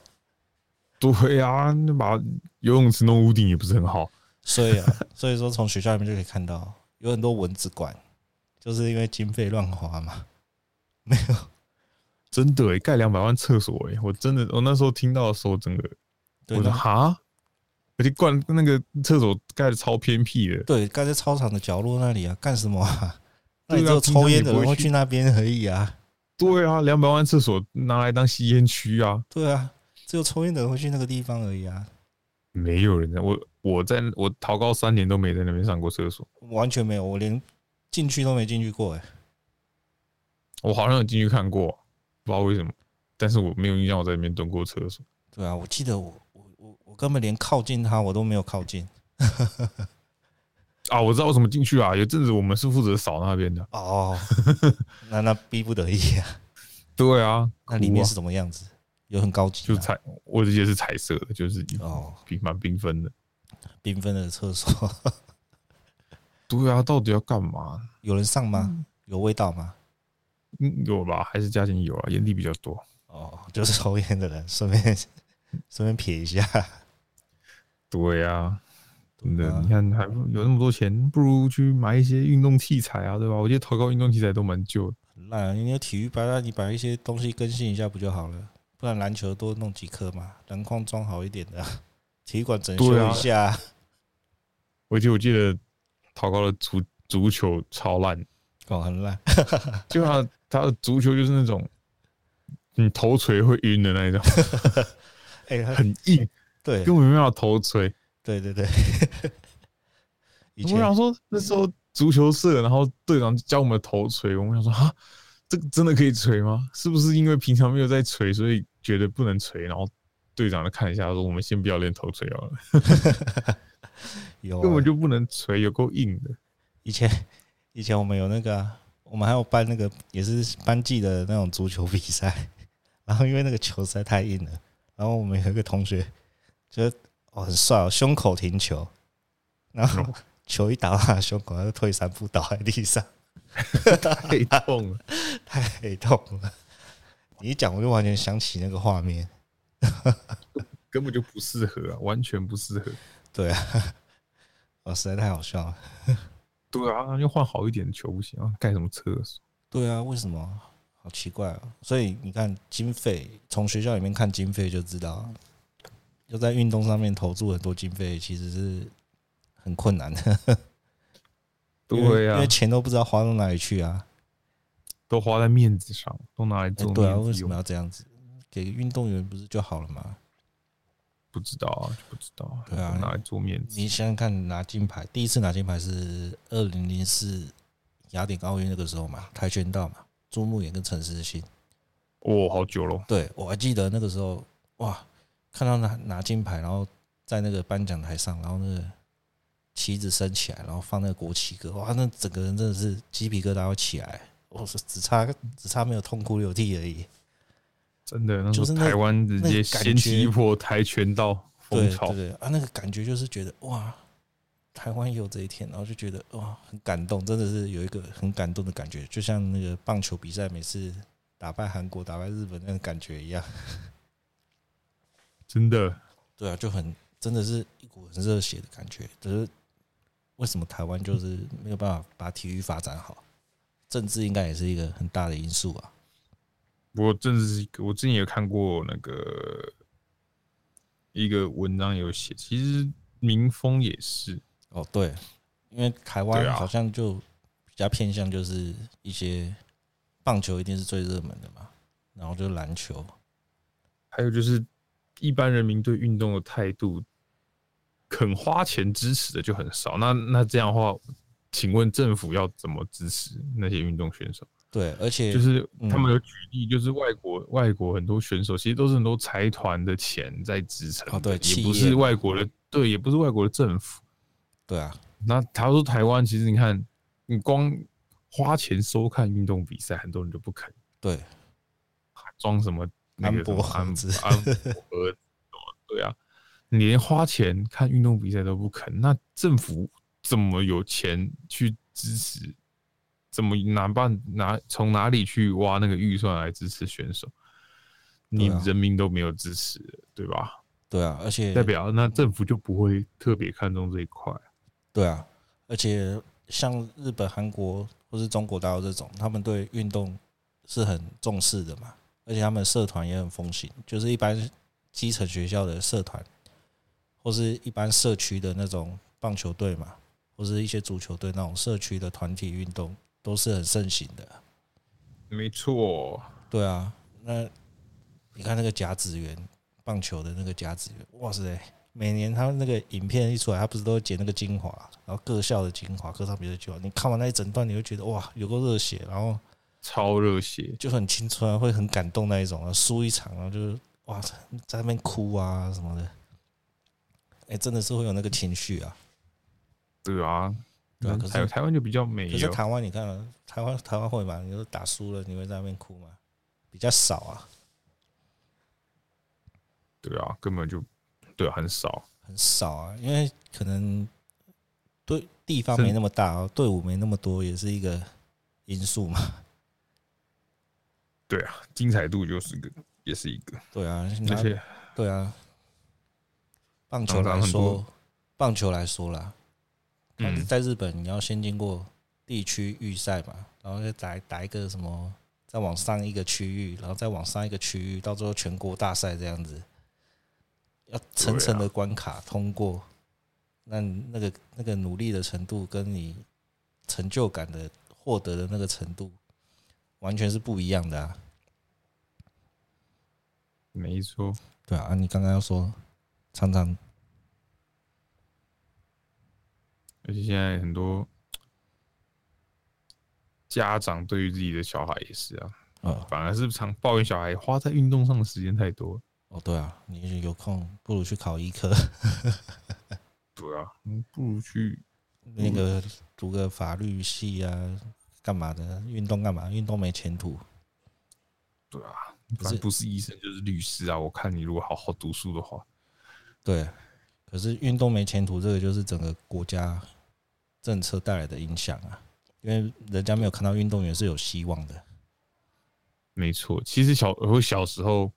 S2: 对啊，你把游泳池弄屋顶也不是很好。
S1: 所以啊， 所以说从学校里面就可以看到，有很多蚊子馆，就是因为经费乱花嘛，没有
S2: 真的诶、欸盖两百万厕所诶、我真的，我那时候听到的时候，整个
S1: 对
S2: 我说
S1: 那
S2: 哈，而且灌那个厕所盖的超偏僻的，
S1: 对，盖在操场的角落那里啊，干什么 啊？那
S2: 对啊
S1: 你只有抽烟的人
S2: 平常也不
S1: 会
S2: 会去
S1: 去那边而已啊，
S2: 对啊，两百万厕所拿来当吸烟区啊，
S1: 对啊，只有抽烟的人会去那个地方而已啊，
S2: 没有人在，我我在我逃高三年都没在那边上过厕所。
S1: 完全没有，我连进去都没进去过哎、
S2: 我好像有进去看过，不知道为什么，但是我没有印象我在里面蹲过厕所。
S1: 对啊，我记得我我我我根本连靠近他我都没有靠近
S2: 啊，我知道为什么进去啊，有阵子我们是负责扫那边的。
S1: 哦，那那逼不得已啊，
S2: 对啊，
S1: 那里面
S2: 哭啊
S1: 是什么样子？有很高级
S2: 就
S1: 吗、
S2: 彩，我记得是彩色的，就是
S1: 哦，
S2: 比蛮缤纷的。
S1: 缤纷的厕所。
S2: 对啊，到底要干嘛？
S1: 有人上吗？有味道吗？
S2: 嗯，有吧？还是家庭有啊，烟蒂比较多。
S1: 哦，就是抽烟的 人，顺便顺便撇一下。
S2: 对啊，真的，
S1: 对啊
S2: 你看还不有那么多钱，不如去买一些运动器材啊，对吧？我觉得投高运动器材都蛮旧的。
S1: 很烂、啊，你有体育班，那你把一些东西更新一下不就好了？不然篮球多弄几颗嘛，篮筐装好一点的啊、 体育馆整修
S2: 对啊
S1: 一下啊。
S2: 而且我记得陶高的足足球超烂，
S1: 哦，很烂，
S2: 就他他的足球就是那种你头锤会晕 的那一种，
S1: 哎、他
S2: 很硬，
S1: 对
S2: 根本没办法头锤。
S1: 对对 对，以
S2: 我
S1: 前
S2: 想说那时候足球社，然后队长教我们头锤，我们想说啊，这个真的可以锤吗？是不是因为平常没有在锤，所以觉得不能锤？然后队长就看一下说，我们先不要练头锤好了，
S1: 有哦啊
S2: 根本就不能锤，有够硬 的。
S1: 以前以前我们有那个啊、我们还有办那个也是班级的那种足球比赛， 然后因为那个球实在太硬了，然后我们有一个同学就是哦很帅哦，胸口停球，然后球一打到他的胸口，他就退三步倒在地上，
S2: 太痛了。
S1: 太痛了。你一讲我就完全想起那个画面，
S2: 根本就不适合啊，完全不适合。
S1: 对啊， 哦实在太好笑了。
S2: 对啊，那就换好一点的球不行啊，盖什么厕所？
S1: 对啊，为什么？好奇怪哦。所以你看，经费从学校里面看经费就知道，要在运动上面投注很多经费，其实是很困难的。因为
S2: 对
S1: 因
S2: 啊
S1: 为，钱都不知道花到哪里去啊。
S2: 都花在面子上，都拿来
S1: 哎
S2: 做
S1: 对啊，为
S2: 面子
S1: 什么
S2: 用，
S1: 要这样子？给运动员不是就好了吗？
S2: 不知道啊，就不知道啊，
S1: 对啊
S2: 都拿来做面子。
S1: 你想想看，拿金牌第一次拿金牌是二零零四雅典奥运那个时候嘛，跆拳道嘛，朱木炎跟陈思欣。
S2: 哦，好久咯，
S1: 对我还记得那个时候，哇，看到拿拿金牌，然后在那个颁奖台上，然后那个旗子升起来，然后放那个国旗歌，哇，那整个人真的是鸡皮疙瘩会起来，我是只差只差没有痛哭流涕而已。
S2: 真的，那时
S1: 就
S2: 候
S1: 是那
S2: 台湾直接
S1: 那感觉
S2: 掀起一波跆拳道风
S1: 对
S2: 潮
S1: 对，对啊，那个感觉就是觉得哇，台湾也有这一天，然后就觉得哇，很感动，真的是有一个很感动的感觉，就像那个棒球比赛每次打败韩国、打败日本那个感觉一样。
S2: 真的
S1: 对啊，就很真的是一股很热血的感觉。只是为什么台湾就是没有办法把体育发展好？政治应该也是一个很大的因素啊。
S2: 我真的是，我之前有看过那个一个文章有写，其实民风也是，
S1: 哦，对，因为台
S2: 对
S1: 湾
S2: 啊
S1: 好像就比较偏向就是一些棒球一定是最热门的嘛，然后就篮球，
S2: 还有就是一般人民对运动的态度，肯花钱支持的就很少。那那这样的话，请问政府要怎么支持那些运动选手？
S1: 对，而且
S2: 就是
S1: 嗯
S2: 他们有举例，就是外国外国很多选手其实都是很多财团的钱在支撑的，
S1: 哦对企
S2: 也
S1: 业嗯
S2: 不是外国的，对，也不是外国的政府。
S1: 对啊，
S2: 那他说台湾其实你看，你光花钱收看运动比赛，很多人就不肯。
S1: 对，
S2: 装什么那个
S1: 安博
S2: 什么安
S1: 盒子
S2: 安博盒子哦对啊，你连花钱看运动比赛都不肯，那政府怎么有钱去支持？怎么拿办拿从哪里去挖那个预算来支持选手？你
S1: 对啊
S2: 人民都没有支持，对吧？
S1: 对啊，而且
S2: 代表那政府就不会特别看重这一块。
S1: 对啊，而且像日本、韩国或是中国大陆这种，他们对运动是很重视的嘛，而且他们社团也很风行，就是一般基层学校的社团，或是一般社区的那种棒球队嘛，或是一些足球队那种社区的团体运动，都是很盛行的。
S2: 没错，
S1: 对啊，那你看那个甲子园棒球的那个甲子园，哇塞！每年他那个影片一出来，他不是都会剪那个精华，然后各校的精华，各校比赛精华。你看完那一整段，你会觉得哇，有够热血，然后
S2: 超热血，
S1: 就很青春啊，会很感动那一种啊。然后输一场，然后就是哇，在那边哭啊什么的，哎、真的是会有那个情绪啊。
S2: 对啊。
S1: 对啊可是
S2: 台台湾就比较没
S1: 可是
S2: 有，
S1: 台湾，你看、啊、台湾台湾会吗？你说打输了，你会在那边哭吗？比较少啊，
S2: 对啊，根本就对、啊、很少。
S1: 很少啊，因为可能对地方
S2: 是
S1: 没那么大哦，队伍没那么多，也是一个因素嘛。
S2: 对啊，精彩度就是个，也是一个，
S1: 对啊，
S2: 嗯
S1: 拿
S2: 而且
S1: 对啊，棒球
S2: 常常
S1: 来
S2: 很
S1: 说
S2: 多，
S1: 棒球来说啦，反正
S2: 嗯，
S1: 在日本你要先经过地区预赛嘛，然后再打打一个什么，再往上一个区域，然后再往上一个区域，到最后全国大赛这样子，要层层
S2: 啊
S1: 的关卡通过，那你那个那个努力的程度跟你成就感的获得的那个程度，完全是不一样的啊。
S2: 没错，
S1: 对啊，啊你刚刚要说，常常
S2: 而且现在很多家长对于自己的小孩也是啊，
S1: 呃，
S2: 反而是常抱怨小孩花在运动上的时间太多。
S1: 哦，对啊，你有空不如去考医科，
S2: 对啊，嗯不如去
S1: 那个读个法律系啊，干嘛的？运动干嘛？运动没前途。
S2: 对啊，
S1: 不
S2: 反
S1: 是
S2: 正不是医生就是律师啊。我看你如果好好读书的话，
S1: 对，可是运动没前途，这个就是整个国家政策带来的影响啊，因为人家没有看到运动员是有希望的。
S2: 没错。其实小我小时候，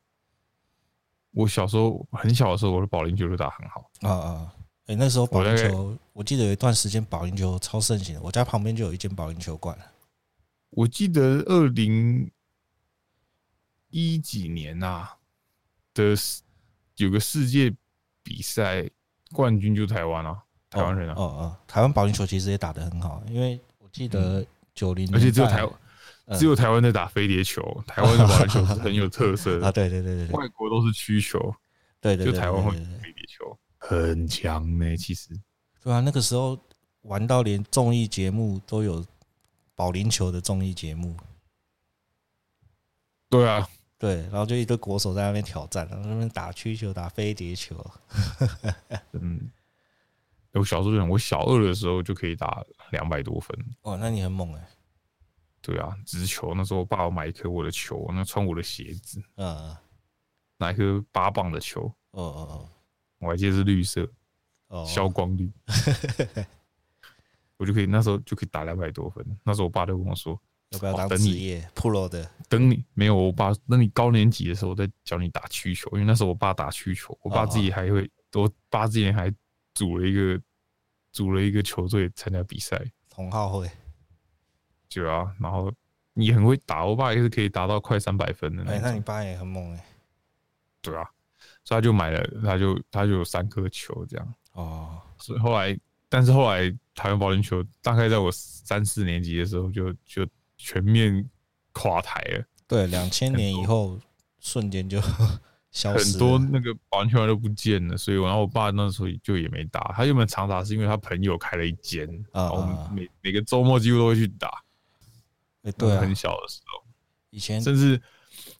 S2: 我小时候很小的时候，我的保龄球就打很好。
S1: 啊啊！哎、那时候保
S2: 我大
S1: 龄
S2: 概
S1: 球，我记得有一段时间保龄球超盛行的，我家旁边就有一间保龄球馆。
S2: 我记得二零一几年啊的世有个世界比赛冠军就是台湾啊，台湾人啊，
S1: 哦哦、哦台湾保龄球其实也打得很好，因为我记得九零、
S2: 嗯而且只有台
S1: 嗯
S2: 只有台湾在打飞碟球，台湾的保龄球是很有特色
S1: 啊，
S2: 的，
S1: 对对对对对
S2: 外国都是曲球，
S1: 对对，
S2: 就
S1: 对
S2: 台湾
S1: 对
S2: 会
S1: 对对
S2: 飞碟球很强呢、其实
S1: 对啊，那个时候玩到连综艺节目都有保龄球的综艺节目，
S2: 对啊，
S1: 对，然后就一堆国手在那边挑战，然后在那边打曲球、打飞碟球，
S2: 嗯，我小时候就很，我小二的时候就可以打两百多分，
S1: 哇，那你很猛哎、
S2: 对啊，直球那时候我爸我买一颗我的球，那穿我的鞋子，
S1: 嗯，
S2: 拿一颗八磅的球，
S1: 哦哦
S2: 我还记得是绿色
S1: 哦哦，
S2: 消光绿，我就可以那时候就可以打两百多分。那时候我爸就跟我说
S1: 要不要当
S2: 哦等
S1: 职
S2: 你
S1: 业 pro 的？：“
S2: 等你没有，我爸等你高年级的时候我再教你打曲球。”因为那时候我爸打曲球，我爸自
S1: 哦
S2: 己还会，我爸之前还组了一个组了一个球队参加比赛，
S1: 同好会，
S2: 对啊，然后你很会打，我爸也是可以达到快三百分的
S1: 哎、
S2: 那
S1: 那你
S2: 种，
S1: 爸也很猛哎、
S2: 对啊，所以他就买了，他就他就有三颗球这样。
S1: 哦，
S2: 所以后来，但是后来台湾保龄球大概在我三四年级的时候就就全面垮台了，
S1: 对，两千
S2: 多
S1: 年以后瞬间就 消失
S2: 很
S1: 了，
S2: 多那个保龄球员都不见了。所以我，然后我爸那时候就也没打，他原本常打是因为他朋友开了一间，
S1: 啊
S2: 然后我们
S1: 啊啊
S2: 每每个周末几乎都会去打。
S1: 哎对啊，
S2: 很小的时候，
S1: 以前
S2: 甚至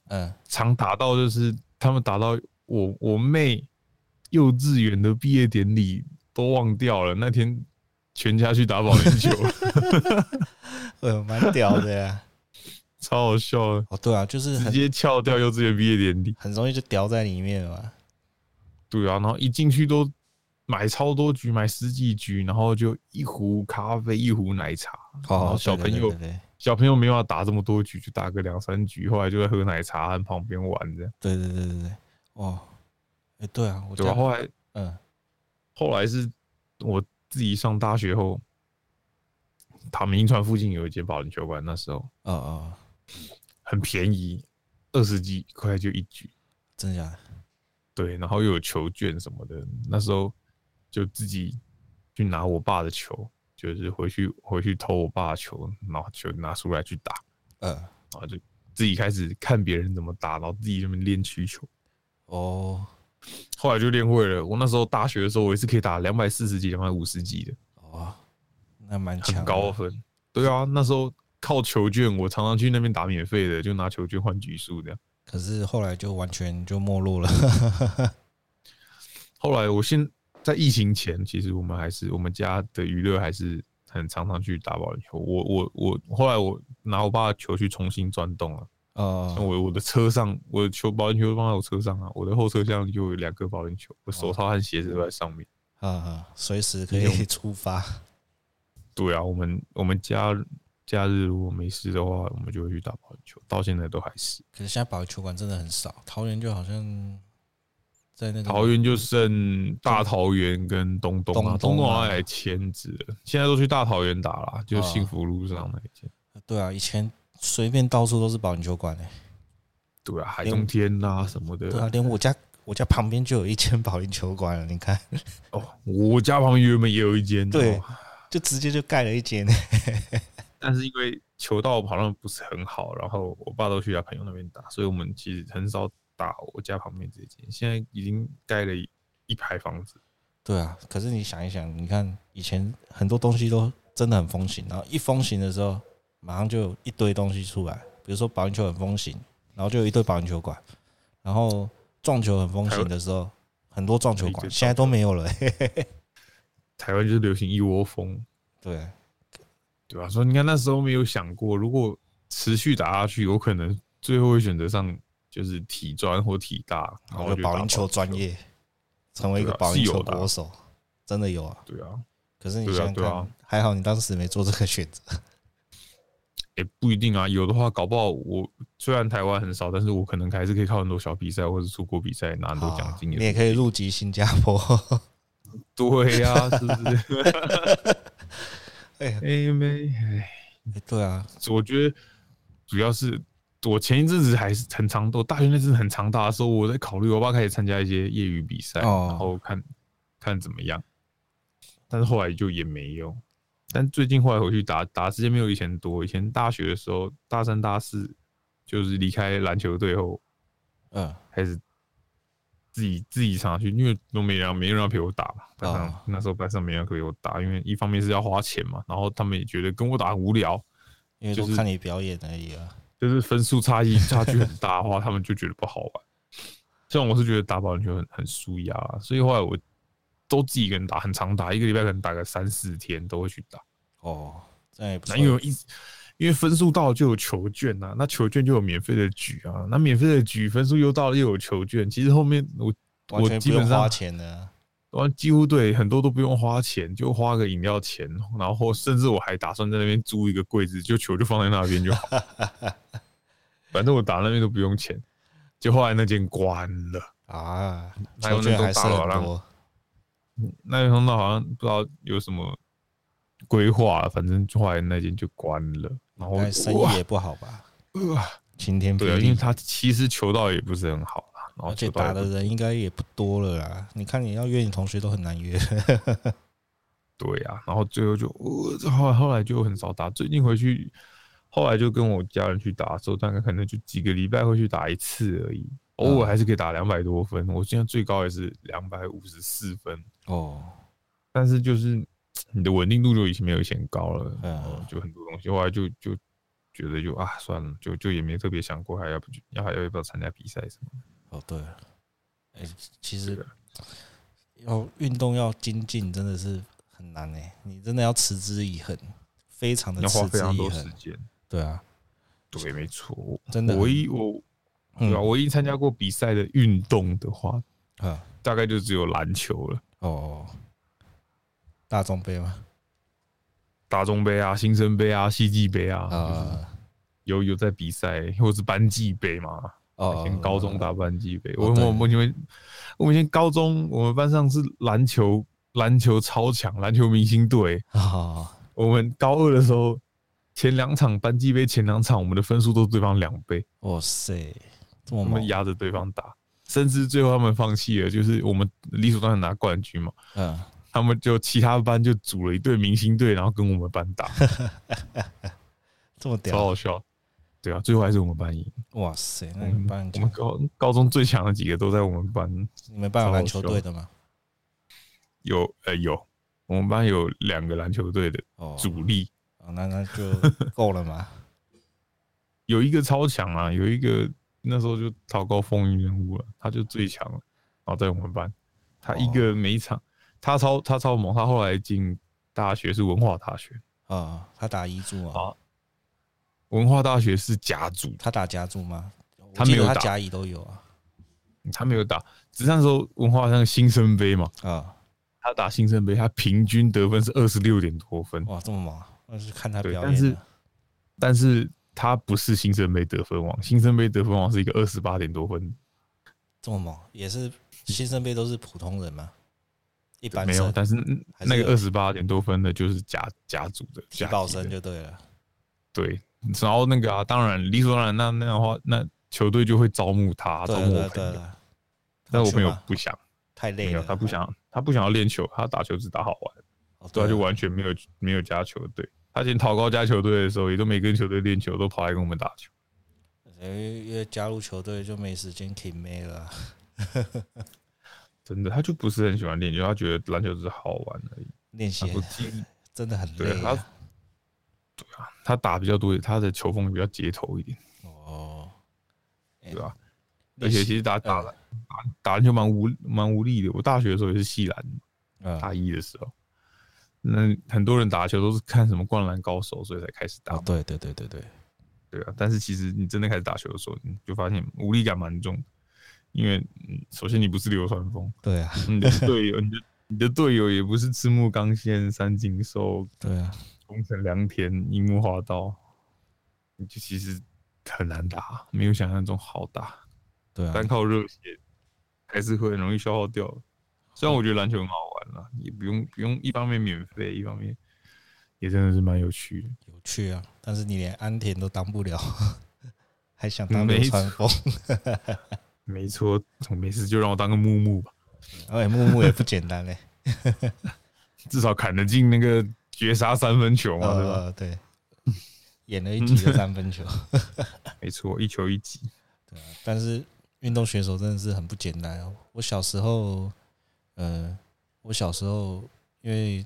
S1: 嗯
S2: 常打到就是他们打到我我妹幼稚园的毕业典礼都忘掉了，那天全家去打保龄 球，
S1: 呃蛮屌的呀、
S2: 超好笑的。
S1: 哦对啊，就是
S2: 直
S1: 很
S2: 接翘掉幼稚园毕业典礼。
S1: 很容易就屌在里面了嘛，
S2: 对啊，然后一进去都买超多局，买十几局，然后就一壶咖啡，一壶奶茶。
S1: 好
S2: 然
S1: 好
S2: 后小朋友
S1: 对对
S2: 小朋友没办法打这么多局，就打个两三局，后来就在喝奶茶，和旁边玩这样。
S1: 对对对对对对，哦，哎、对啊，我
S2: 对啊，
S1: 家
S2: 后来
S1: 嗯
S2: 后来是我自己上大学后，塔明船附近有一间保龄球馆，那时候
S1: 哦哦，
S2: 很便宜，二十几块就一局。
S1: 真的假的？
S2: 对，然后又有球券什么的，那时候就自己去拿我爸的球，就是回去回去偷我爸的球，然后球拿出来去打，
S1: 嗯。
S2: 然后就自己开始看别人怎么打，然后自己这边练曲球，
S1: 哦
S2: 后来就练会了。我那时候大学的时候，我也是可以打两百四十几、两百五十几的，
S1: 哦，那蛮强的，
S2: 很高分。对啊，那时候靠球券，我常常去那边打免费的，就拿球券换局数这样。
S1: 可是后来就完全就没落了。
S2: 后来我现在疫情前，其实我们还是我们家的娱乐还是很常常去打保龄球。我我我后来我拿我爸的球去重新转动了，那
S1: 哦
S2: 我我的车上我的球保龄球放在我车上啊，我的后车厢就有两个保龄球，我手套和鞋子都在上面。
S1: 啊啊，随时可
S2: 应
S1: 以
S2: 用
S1: 出发。
S2: 对啊，我们我们家假日如果没事的话，我们就会去打保龄球，到现在都还是。
S1: 可是现在保龄球馆真的很少，桃园就好像在那个
S2: 桃园就剩大桃园跟东东啊，
S1: 东
S2: 东
S1: 东啊
S2: 东好像也签字了，现在都去大桃园打啦，就幸福路上那一间。
S1: 对啊，以前随便到处都是保龄球馆诶、
S2: 对啊，海中天呐、什么的。
S1: 对啊，连我家我家旁边就有一间保龄球馆了，你看。
S2: 哦，我家旁边原本也有一间。
S1: 对
S2: 哦
S1: 就直接就盖了一间。
S2: 但是因为球道好像不是很好，然后我爸都去他朋友那边打，所以我们其实很少打我家旁边这间。现在已经盖了一一排房子，
S1: 对啊，可是你想一想，你看以前很多东西都真的很风行，然后一风行的时候，马上就有一堆东西出来，比如说保龄球很风行，然后就有一堆保龄球馆，然后撞球很风行的时候，很多撞球
S2: 一堆
S1: 馆
S2: 撞球
S1: 现在都没有了、
S2: 台湾就是流行一窝蜂，
S1: 对，
S2: 对吧、所以你看那时候没有想过，如果持续打下去，有可能最后会选择上就是体专或体大，
S1: 然
S2: 然后
S1: 后
S2: 就
S1: 就
S2: 打
S1: 保龄球专，业，成为一个
S2: 对啊
S1: 保龄
S2: 是
S1: 球
S2: 有的啊
S1: 国手，真的有啊。
S2: 对啊，
S1: 可是你
S2: 对啊
S1: 想想
S2: 对
S1: 看，
S2: 啊
S1: 还好你当时没做这个选择。
S2: 也、不一定啊，有的话搞不好我虽然台湾很少，但是我可能还是可以靠很多小比赛或者出国比赛拿很多奖金
S1: 好
S2: 也
S1: 哦你
S2: 是
S1: 也可以入籍新加坡。
S2: 对呀、是不是？
S1: 哎呀
S2: 哎没，哎，
S1: 对啊，
S2: 我觉得主要是我前一阵子还是很常，我大学那阵子很常打的时候，我在考虑我爸开始参加一些业余比赛，
S1: 哦
S2: 然后看看怎么样。但是后来就也没有。但最近后来回去打打的时间没有以前多，以前大学的时候，大三大四就是离开篮球队后，
S1: 嗯，
S2: 开始自己自己常常去，因为都没人没人要陪我打嘛。班上、
S1: 啊
S2: 那时候班上没人要陪我打，因为一方面是要花钱嘛，然后他们也觉得跟我打很无聊，
S1: 因为都
S2: 就是
S1: 看你表演而已啊。
S2: 就是分数差异差距很大的话，他们就觉得不好玩。像我是觉得打保龄球很很舒压啊，所以后来我都自己一个人打，很常打，一个礼拜可能打个三四天都会去打。
S1: 哦，这样也不错
S2: 那。因为我一直因为分数到了就有球券呐、啊，那球券就有免费的局啊，那免费的局分数又到了又有球券，其实后面我
S1: 完
S2: 我
S1: 全不
S2: 基本
S1: 用
S2: 上
S1: 花钱的，
S2: 我几乎对很多都不用花钱，就花个饮料钱，然后甚至我还打算在那边租一个柜子，就球就放在那边就好。反正我打那边都不用钱，就后来那间关了，
S1: 啊，
S2: 还有
S1: 球券
S2: 那种
S1: 还是
S2: 大佬
S1: 很
S2: 让
S1: 多。
S2: 那间通道好像不知道有什么规划，啊反正后来那间就关了。然后
S1: 但生
S2: 哇
S1: 意也不好吧？
S2: 哇
S1: 晴天
S2: 对
S1: 霹
S2: 啊，因为
S1: 雳，
S2: 他其实球道也不是很好啦，然后
S1: 而且
S2: 球道也
S1: 打
S2: 不
S1: 的人应该也不多了啦。你看你要约你同学都很难 约，
S2: 对呀、然后最后就我、后来后来就很少打，最近回去，后来就跟我家人去打的时候，大概可能就几个礼拜会去打一次而已，偶
S1: 嗯
S2: 尔还是可以打两百多分，我现在最高也是两百五十四分，
S1: 哦，
S2: 但是就是你的稳定度就已经没有以前高了，
S1: 嗯
S2: 然后就很多东西，后来就就觉得就啊算了，就就也没特别想过还要不要还要不要参加比赛什么的，
S1: 哦，对了，哎、其
S2: 对啊
S1: 实要运动要精进真的是很难哎、你真的要持之以恒，非常的
S2: 要花
S1: 持之
S2: 非常
S1: 以
S2: 多时
S1: 恒。
S2: 间。
S1: 对啊，
S2: 对，没错，
S1: 真的
S2: 唯一我对吧、
S1: 嗯
S2: 唯一参加过比赛的运动的话，
S1: 啊，
S2: 大概就只有篮球了，
S1: 哦，大众杯吗？
S2: 大众杯啊、新生杯啊、世纪杯啊，就是
S1: 啊、
S2: 有有在比赛，或者是班级杯嘛。以
S1: 哦，
S2: 前高中打班级杯，
S1: 哦
S2: 我
S1: 对
S2: 我我以前我们以前高中我们班上是篮球篮球超强，篮球明星队。
S1: 哦，
S2: 我们高二的时候，前两场班级杯前两场，我们的分数都是对方两倍，
S1: 哇塞，这么
S2: 我
S1: 猛
S2: 们，压着对方打，甚至最后他们放弃了，就是我们理所当然拿冠军嘛。
S1: 嗯，
S2: 他们就其他班就组了一队明星队，然后跟我们班打，
S1: 这么
S2: 超
S1: 屌，
S2: 好笑。对啊，最后还是我们班赢。
S1: 哇塞，那
S2: 我
S1: 你
S2: 们
S1: 们班
S2: 我们高高中最强的几个都在我们班，
S1: 你们班有
S2: 超
S1: 篮球
S2: 凶
S1: 队的吗？
S2: 有呃有，我们班有两个篮球队的
S1: 哦，
S2: 主力，
S1: 哦那那就够了嘛。
S2: 有一个超强啊，有一个那时候就讨高风云人物了，他就最强了，然后在我们班，他一个每一场，他超他超猛，他后来进大学是文化大学，
S1: 哦，他打一柱啊，
S2: 好文化大学是甲组，
S1: 他打甲组吗？我
S2: 他
S1: 记
S2: 没
S1: 得
S2: 有
S1: 他
S2: 打
S1: 甲乙都有啊。
S2: 他没有打，只是那时候文化那个新生杯嘛，
S1: 啊，
S2: 他打新生杯，他平均得分是二十六点多分，
S1: 哇，这么猛啊！那是看他
S2: 对
S1: 表
S2: 但
S1: 演
S2: 是
S1: 的。
S2: 但是他不是新生杯得分王，新生杯得分王是一个二十八点多分，
S1: 这么猛，也是新生杯都是普通人吗？一般
S2: 没有，
S1: 生
S2: 但是
S1: 还是
S2: 那个
S1: 有
S2: 二十八点多分的就是甲甲组的
S1: 提
S2: 甲
S1: 报
S2: 级
S1: 生
S2: 的
S1: 就对了。
S2: 对，然后那个啊，当然理所当然，那那样的话，那球队就会招募他，
S1: 对
S2: 招
S1: 了
S2: 募
S1: 对啊
S2: 我
S1: 了对
S2: 朋友，
S1: 了，
S2: 但是我
S1: 啊去
S2: 朋友
S1: 吧
S2: 不想，
S1: 太
S2: 没
S1: 累
S2: 有，
S1: 了，嗯
S2: 他不想，他不想要练球，他打球只打好玩，
S1: 哦
S2: 对啊，就完全没有没有加球队。他以前桃高加球队的时候，也都没跟球队练球，都跑来跟我们打球。
S1: 因为加入球队就没时间 K 妹了 啊。
S2: 真的，他就不是很喜欢练球，他觉得篮球只是好玩而已。
S1: 练习
S2: 然后记忆
S1: 真的很
S2: 啊对
S1: 累、
S2: 他
S1: 啊。，
S2: 对啊，他打比较多，他的球风比较街头一点，
S1: 哦，
S2: 对吧、而
S1: 练习
S2: 且其实打打篮打打篮球蛮无蛮无力的。我大学的时候也是系篮，
S1: 嗯，
S2: 大一的时候，那很多人打球都是看什么《灌篮高手》，所以才开始打
S1: 哦，
S2: 嘛，
S1: 对对对对对，
S2: 对啊。但是其实你真的开始打球的时候，你就发现无力感蛮重的，因为嗯首先你不是流川枫，
S1: 对啊，
S2: 你的队友，你的你的队友也不是赤木刚宪、三井寿、
S1: 对啊，
S2: 宫城良田、樱木花道，你就其实很难打，没有想象中好打。
S1: 对啊
S2: 单，靠热血还是会很容易消耗掉。虽然我觉得篮球很好玩啦，也不用不用，一方面免费，一方面也真的是蛮有趣的。
S1: 有趣啊！但是你连安田都当不了， 还想当
S2: 没
S1: 流川枫？
S2: 没错，没事就让我当个木木吧，
S1: 哎，木木也不简单嘞、
S2: 至少砍得进那个绝杀三分球嘛，对吧？
S1: 呃，对，演了一集的三分球，嗯
S2: 没错，一球一击。
S1: 对啊。但是运动选手真的是很不简单哦。我小时候，呃，我小时候因为，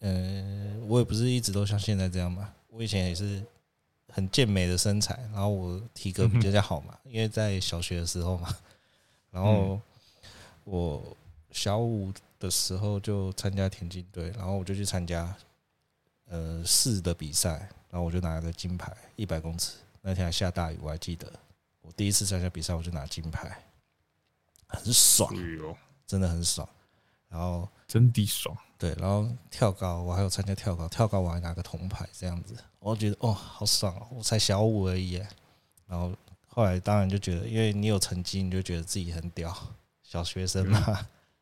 S1: 呃，我也不是一直都像现在这样嘛。我以前也是很健美的身材，然后我体格比较好嘛，因为在小学的时候嘛，然后我小五的时候就参加田径队，然后我就去参加呃市的比赛，然后我就拿了个金牌，一百公尺。那天还下大雨，我还记得，我第一次参加比赛我就拿金牌，很爽
S2: 哎，呦，
S1: 真的很爽。然后
S2: 真的爽！
S1: 对，然后跳高，我还有参加跳高，跳高我还拿个铜牌这样子，我觉得哦，好爽哦，我才小五而已耶。然后后来当然就觉得，因为你有成绩，你就觉得自己很屌，小学生嘛，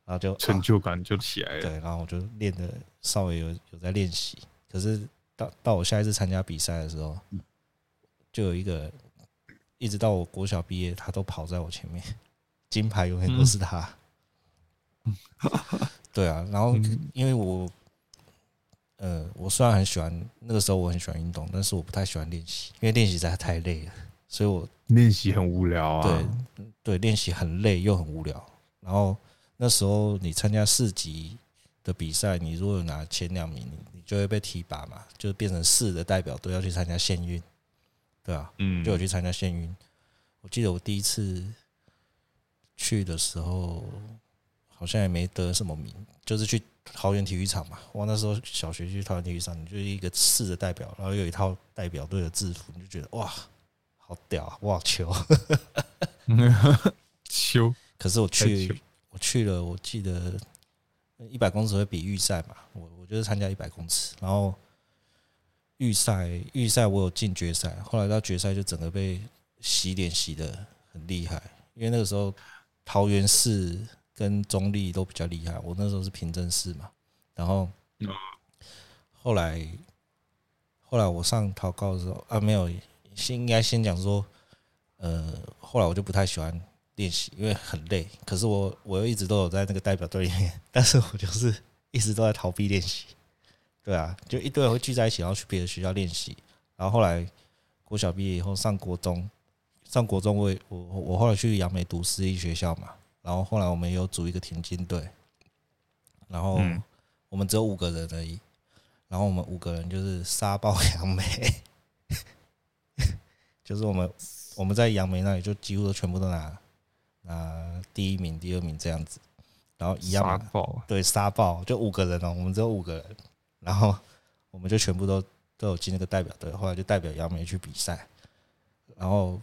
S1: 然后就
S2: 成
S1: 啊
S2: 就感就起来了。
S1: 对，然后我就练的稍微有有在练习，可是到到我下一次参加比赛的时候，就有一个一直到我国小毕业，他都跑在我前面，金牌永远都是他。对啊，然后
S2: 嗯
S1: 因为我呃，我虽然很喜欢那个时候我很喜欢运动，但是我不太喜欢练习，因为练习实在太累了，所以我
S2: 练习很无聊啊，
S1: 对对，练习很累又很无聊。然后那时候你参加市级的比赛，你如果有拿前两名，你你就会被提拔嘛，就变成市的代表队要去参加县运，对啊，
S2: 嗯，
S1: 就有去参加县运。我记得我第一次去的时候，好像也没得什么名，就是去桃园体育场嘛。哇，那时候小学去桃园体育场，你就是一个市的代表，然后有一套代表队的制服，你就觉得哇，好屌啊，哇球！
S2: 修
S1: 可是我
S2: 太久
S1: 去，我去了，我记得一百公尺会比预赛嘛，我我就是参加一百公尺，然后预赛预赛我有进决赛，后来到决赛就整个被洗脸洗的很厉害，因为那个时候桃园市跟中立都比较厉害，我那时候是平镇市嘛，然后
S2: 嗯
S1: 后来后来我上桃高的时候啊，没有，先应该先讲说，呃，后来我就不太喜欢练习，因为很累。可是我我又一直都有在那个代表队里面， 但是我就是一直都在逃避练习。对啊，就一堆人会聚在一起，然后去别的学校练习。然后后来国小毕业以后上国中，上国中我也我我我后来去杨梅读私立学校嘛，然后后来我们有组一个田径队，然后
S2: 嗯
S1: 我们只有五个人而已，然后我们五个人就是杀爆杨梅， 就是我们我们在杨梅那里就几乎都全部都拿拿第一名、第二名这样子，然后一样
S2: 杀
S1: 嘛
S2: 爆啊！
S1: 对，杀爆就五个人哦、我们只有五个人，然后我们就全部都都有进那个代表队，后来就代表杨梅去比赛，然后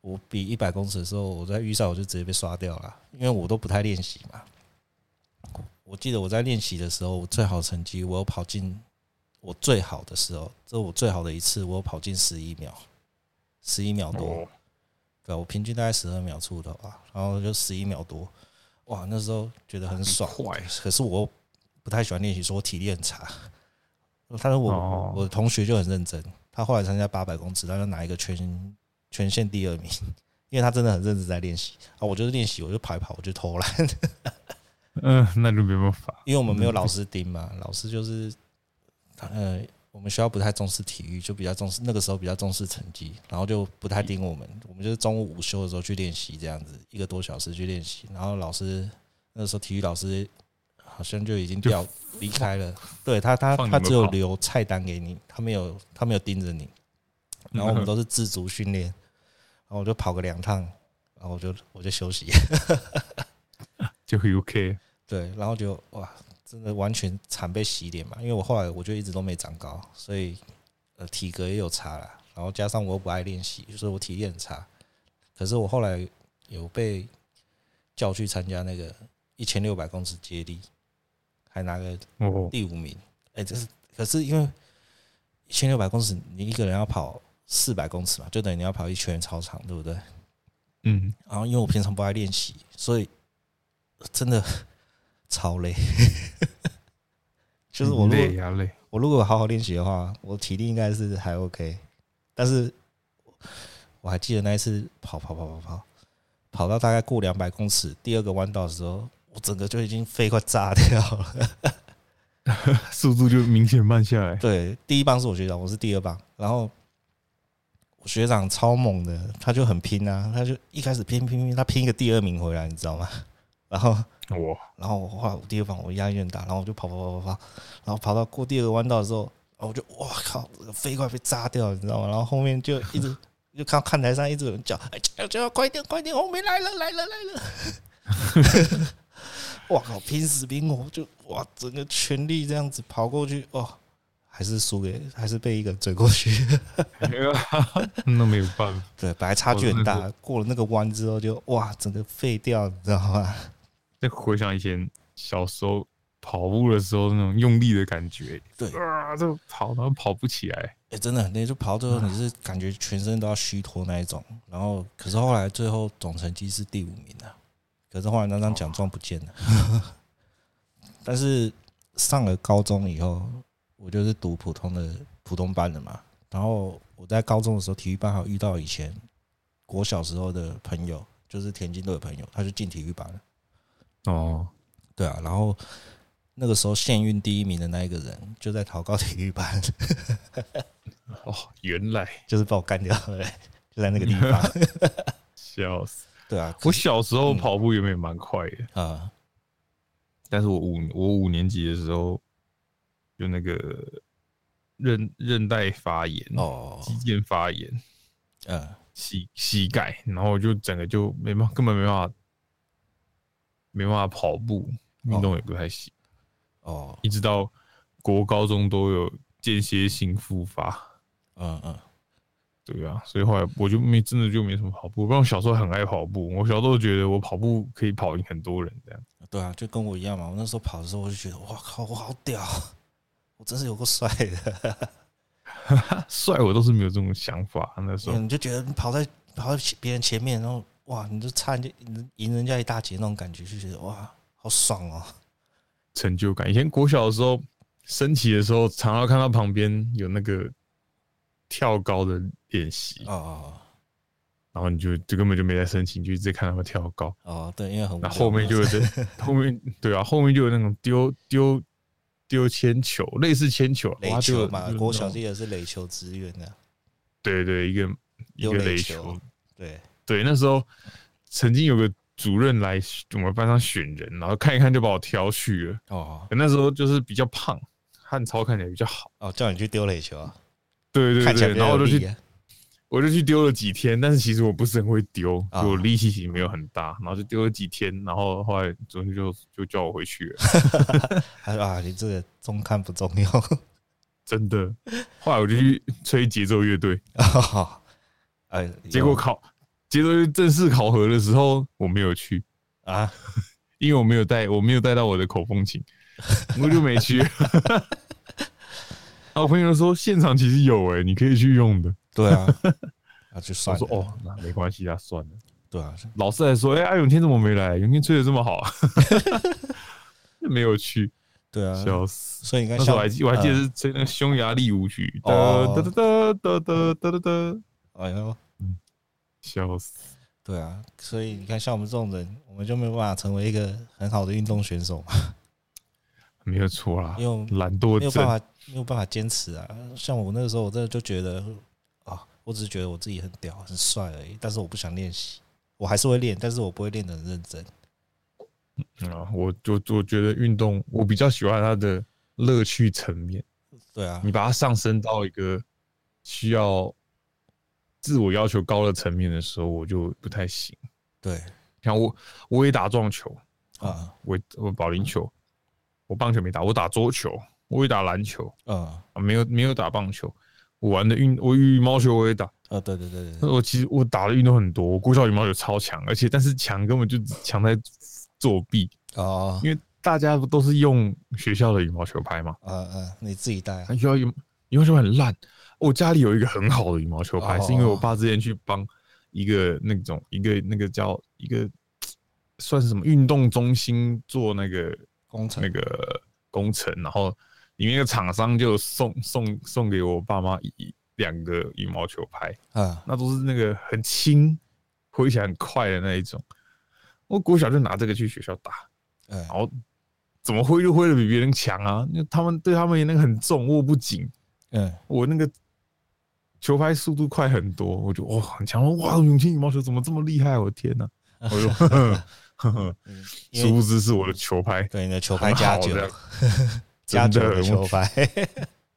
S1: 我比一百公尺的时候，我在预赛我就直接被刷掉了，因为我都不太练习嘛。我记得我在练习的时候，我最好成绩我有跑进我最好的时候，这是我最好的一次，我有跑进十一秒，十一秒多。
S2: 哦，
S1: 对啊，我平均大概十二秒出头啊，然后就十一秒多，哇，那时候觉得很爽。
S2: 很快
S1: 可是我不太喜欢练习，说我体力很差。但是我、
S2: 哦
S1: 我同学就很认真，他后来参加八百公尺，他就拿一个全全县第二名，因为他真的很认真在练习啊。我就是练习，我就跑一跑，我就偷懒，
S2: 嗯、那就没办法。
S1: 因为我们没有老师盯嘛， 老师就是，呃，我们学校不太重视体育，就比较重视那个时候比较重视成绩，然后就不太盯我们。我们就是中午午休的时候去练习，这样子一个多小时去练习。然后老师那时候体育老师好像就已经
S2: 就
S1: 调离开了，对他他
S2: 放你
S1: 他
S2: 们
S1: 只有
S2: 跑
S1: 留菜单给你，他没有他没有盯着你。然后我们都是自主训练，然后我就跑个两趟，然后我就我就休息。
S2: 就很 OK，
S1: 对，然后就哇，真的完全惨被洗脸嘛，因为我后来我就一直都没长高，所以呃体格也有差啦，然后加上我又不爱练习，所以我体力很差。可是我后来有被叫去参加那个一千六百公尺接力，还拿个
S2: 哦，
S1: 第五名。哎、这是可是因为一千六百公尺，你一个人要跑四百公尺嘛，就等于你要跑一圈操场，对不对？
S2: 嗯，
S1: 然后因为我平常不爱练习，所以真的 超累。 就是我如
S2: 累
S1: 果
S2: 呀、累，
S1: 我如果好好练习的话，我体力应该是还 OK。但是我还记得那一次跑跑跑跑跑，跑到大概过两百公尺第二个弯道的时候，我整个就已经肺快炸掉了。
S2: 速度就明显慢下来。
S1: 对，第一棒是我学长，我是第二棒。然后我学长超猛的，他就很拼啊，他就一开始拼拼拼，他拼一个第二名回来，你知道吗？ 然后
S2: 我
S1: 然后我后来我第二棒我压力很大，然后我就跑跑跑跑跑，然后跑到过第二个弯道的时候，然后我就哇靠，这个飞快被炸掉了，你知道吗？然后后面就一直 就看到看台上一直有人叫，哎，加油加油，快点快点，后面来了来了来了！ 哇靠，拼死拼活就哇，整个全力这样子跑过去，哦，还是输给，还是被一个追过去。
S2: 那没有办法，
S1: 对，本来差距很
S2: 我真
S1: 大，过了那个弯之后就哇，整个废掉，你知道吗？
S2: 再回想以前小时候跑步的时候那种用力的感觉，
S1: 对
S2: 啊，就跑然后跑不起来，
S1: 哎、真的，那就跑到最后，你是感觉全身都要虚脱那一种。然后，可是后来最后总成绩是第五名啊。可是后来那张奖状不见了。但是上了高中以后，我就是读普通的普通班的嘛。然后我在高中的时候，体育班还有遇到以前国小时候的朋友，就是田径队的朋友，他就进体育班了。
S2: 哦，
S1: 对啊，然后那个时候县运第一名的那一个人就在桃高体育班，
S2: 哦，原来
S1: 就是把我干掉了、就在那个地方。
S2: 笑死！
S1: 对啊，
S2: 我小时候跑步原本也蛮快的，
S1: 啊，
S2: 但是我五我五年级的时候，就那个韧韧带发炎，
S1: 哦，
S2: 肌腱发炎，
S1: 嗯，
S2: 膝膝盖，然后我就整个就没办法，根本没办法，没办法跑步，运动也不太行，
S1: 哦，
S2: 一直到国高中都有间歇性复发。
S1: 嗯嗯，
S2: 对啊，所以后来我就没真的就没什么跑步，不然我小时候很爱跑步，我小时候觉得我跑步可以跑赢很多人这样。
S1: 对啊，就跟我一样嘛。我那时候跑的时候，我就觉得，哇靠，我好屌，我真是有够帅的。
S2: 啊帅我都是没有这种想法，那时候
S1: 你就觉得你跑在跑在别人前面，然后哇，你就差人家赢赢人家一大截那种感觉，就觉得哇，好爽哦。
S2: 成就感。以前国小的时候升旗的时候，常常看到旁边有那个跳高的练习，
S1: 哦哦
S2: 然后你就就根本就没在升旗，你就一直看他们跳高。
S1: 哦，对，因为很无
S2: 那
S1: 聊
S2: 后面就有这后面 对啊，后面就有那种丢丢丢铅球，类似铅球，
S1: 垒
S2: 哇
S1: 球
S2: 就
S1: 嘛
S2: 就，是
S1: 国
S2: 那
S1: 小
S2: 种
S1: 记得是垒球资源的，
S2: 对对，一个一
S1: 丢
S2: 个
S1: 垒
S2: 垒
S1: 球
S2: 球，
S1: 对，
S2: 对，那时候曾经有个主任来我们班上选人，然后看一看就把我挑去了。
S1: 哦
S2: 可那时候就是比较胖，汉超看起来比较好。
S1: 哦，叫你去丢垒球啊，
S2: 对对
S1: 看起来
S2: 对，
S1: 比
S2: 然
S1: 较
S2: 后
S1: 有
S2: 我就
S1: 力
S2: 去，
S1: 啊。
S2: 我就去丢了几天，但是其实我不是很会丢，
S1: 啊
S2: 我力气其实没有很大，然后就丢了几天，然后后来主任就就叫我回去了，
S1: 他说啊，你这个中看不中用。
S2: 真的。后来我就去吹节奏乐队，
S1: 哦， 哎，
S2: 结果
S1: 有
S2: 考节奏乐队正式考核的时候我没有去，
S1: 啊，
S2: 因为我没有带，我没有带到我的口风琴，我就没去。 然后我朋友说现场其实有诶、你可以去用的。
S1: 对 啊，啊，就
S2: 我
S1: 算了
S2: 说，哦，那没关系啊，算了。
S1: 对啊，
S2: 老师还说，哎、阿永天怎么没来？永天吹的这么好、啊， 没有去，
S1: 对啊，
S2: 笑死。
S1: 所以你看
S2: 那时
S1: 像，
S2: 候我还记，我还记得
S1: 嗯，
S2: 是吹那个匈牙利舞曲，哒
S1: 哦
S2: 哒哒哒哒哒哒哒，
S1: 哎呦，
S2: 笑死。
S1: 对啊，所以你看，像我们这种人，我们就没有办法成为一个很好的运动选手嘛，
S2: 没有错啦
S1: 因为我们，
S2: 懒惰
S1: 没有办
S2: 症，
S1: 法，没有办法坚持啊。像我那个时候，我真的就觉得啊，我只是觉得我自己很屌、很帅而已，但是我不想练习，我还是会练，但是我不会练得很认真。
S2: 嗯啊，我就我觉得运动，我比较喜欢它的乐趣层面。
S1: 对啊，
S2: 你把它上升到一个需要自我要求高的层面的时候，我就不太行。
S1: 对
S2: 像我，我也打撞球，
S1: 啊，
S2: 我我保龄球，我棒球没打，我打桌球，我也打篮球
S1: 嗯，
S2: 啊，没有没有打棒球。我玩的运，我羽毛球我也打，
S1: 呃，对对对对，
S2: 我其实我打的运动很多，我国小羽毛球超强，而且但是强根本就只强在作弊，
S1: 哦，
S2: 因为大家不都是用学校的羽毛球拍嘛，
S1: 呃呃，你自己带啊
S2: 那，学校羽羽毛球很烂。我家里有一个很好的羽毛球拍，
S1: 哦
S2: 是因为我爸之前去帮一个那种一个那个叫一个算是什么运动中心做那个
S1: 工程
S2: 那个工程，然后里面一个厂商就送送送给我爸妈一一两个羽毛球拍，
S1: 啊，
S2: 那都是那个很轻，挥起来很快的那一种。我国小就拿这个去学校打，
S1: 嗯
S2: 然，后怎么挥就挥的比别人强啊！那他们对他们也那个很重，握不紧，
S1: 嗯，
S2: 我那个球拍速度快很多，我就哇很强，哇永清羽毛球怎么这么厉害？我的天 哪、我就呵呵呵呵，
S1: 因
S2: 殊
S1: 为
S2: 不知是我的球拍，
S1: 对你的球拍加九
S2: 嗯很好的，
S1: 加九
S2: 真的
S1: 的球拍，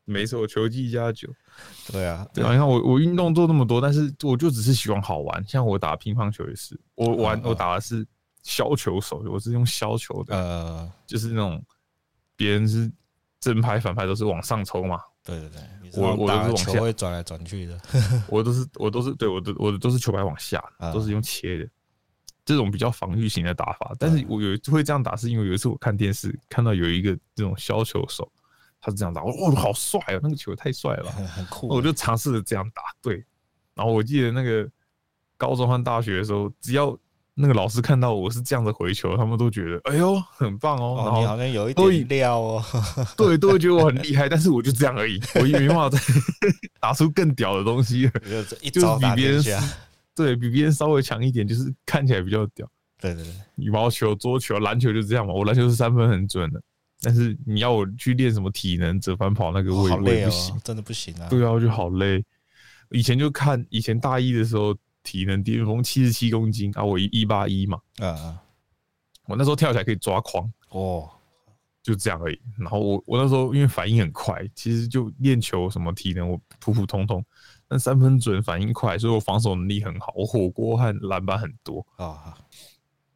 S2: 没错，球技加九。
S1: 对啊，
S2: 对啊，你看我我运动做那么多，但是我就只是喜欢好玩。像我打乒乓球也是，我玩
S1: 嗯嗯
S2: 我打的是削球手，我是用削球的，
S1: 呃，
S2: 就是那种别人是正拍反拍都是往上抽嘛，
S1: 对对对，你知
S2: 我
S1: 道
S2: 我
S1: 打
S2: 都是往
S1: 球
S2: 下
S1: 会转来转去的，
S2: 我都是我都是对我都我都是球拍往下
S1: 啊，
S2: 都是用切的，这种比较防御型的打
S1: 嗯
S2: 法。但是我有会这样打，是因为有一次我看电视看到有一个这种削球手，他是这样打，哦，好帅哦，那个球太帅了 吧，
S1: 很很酷啊。
S2: 我就尝试着这样打。对，然后我记得那个高中和大学的时候，只要那个老师看到我是这样的回球，他们都觉得哎呦很棒哦，
S1: 哦，你
S2: 然
S1: 好
S2: 后
S1: 像有一
S2: 都以
S1: 点料 哦。
S2: 对都会觉得我很厉害，但是我就这样而已，我也没办法再 打出更屌的东西了。
S1: 就这一
S2: 就是
S1: 招
S2: 比
S1: 打
S2: 别人
S1: 天
S2: 是
S1: 下。
S2: 对比别人稍微强一点，就是看起来比较屌。
S1: 对对对，
S2: 羽毛球、桌球、篮球就这样嘛。我篮球是三分很准的，但是你要我去练什么体能、折返跑那个我也、
S1: 好
S2: 我
S1: 累
S2: 也
S1: 哦
S2: 不行。，
S1: 真的不行啊。
S2: 对啊，我就好累。以前就看以前大一的时候，体能巅峰七十七公斤啊，我一一八一嘛，
S1: 啊啊，
S2: 我那时候跳起来可以抓框，
S1: 哦，
S2: 就这样而已。然后我我那时候因为反应很快，其实就练球什么体能我普普通通，但三分准，反应快，所以我防守能力很好，我火锅和篮板很多。
S1: 好好，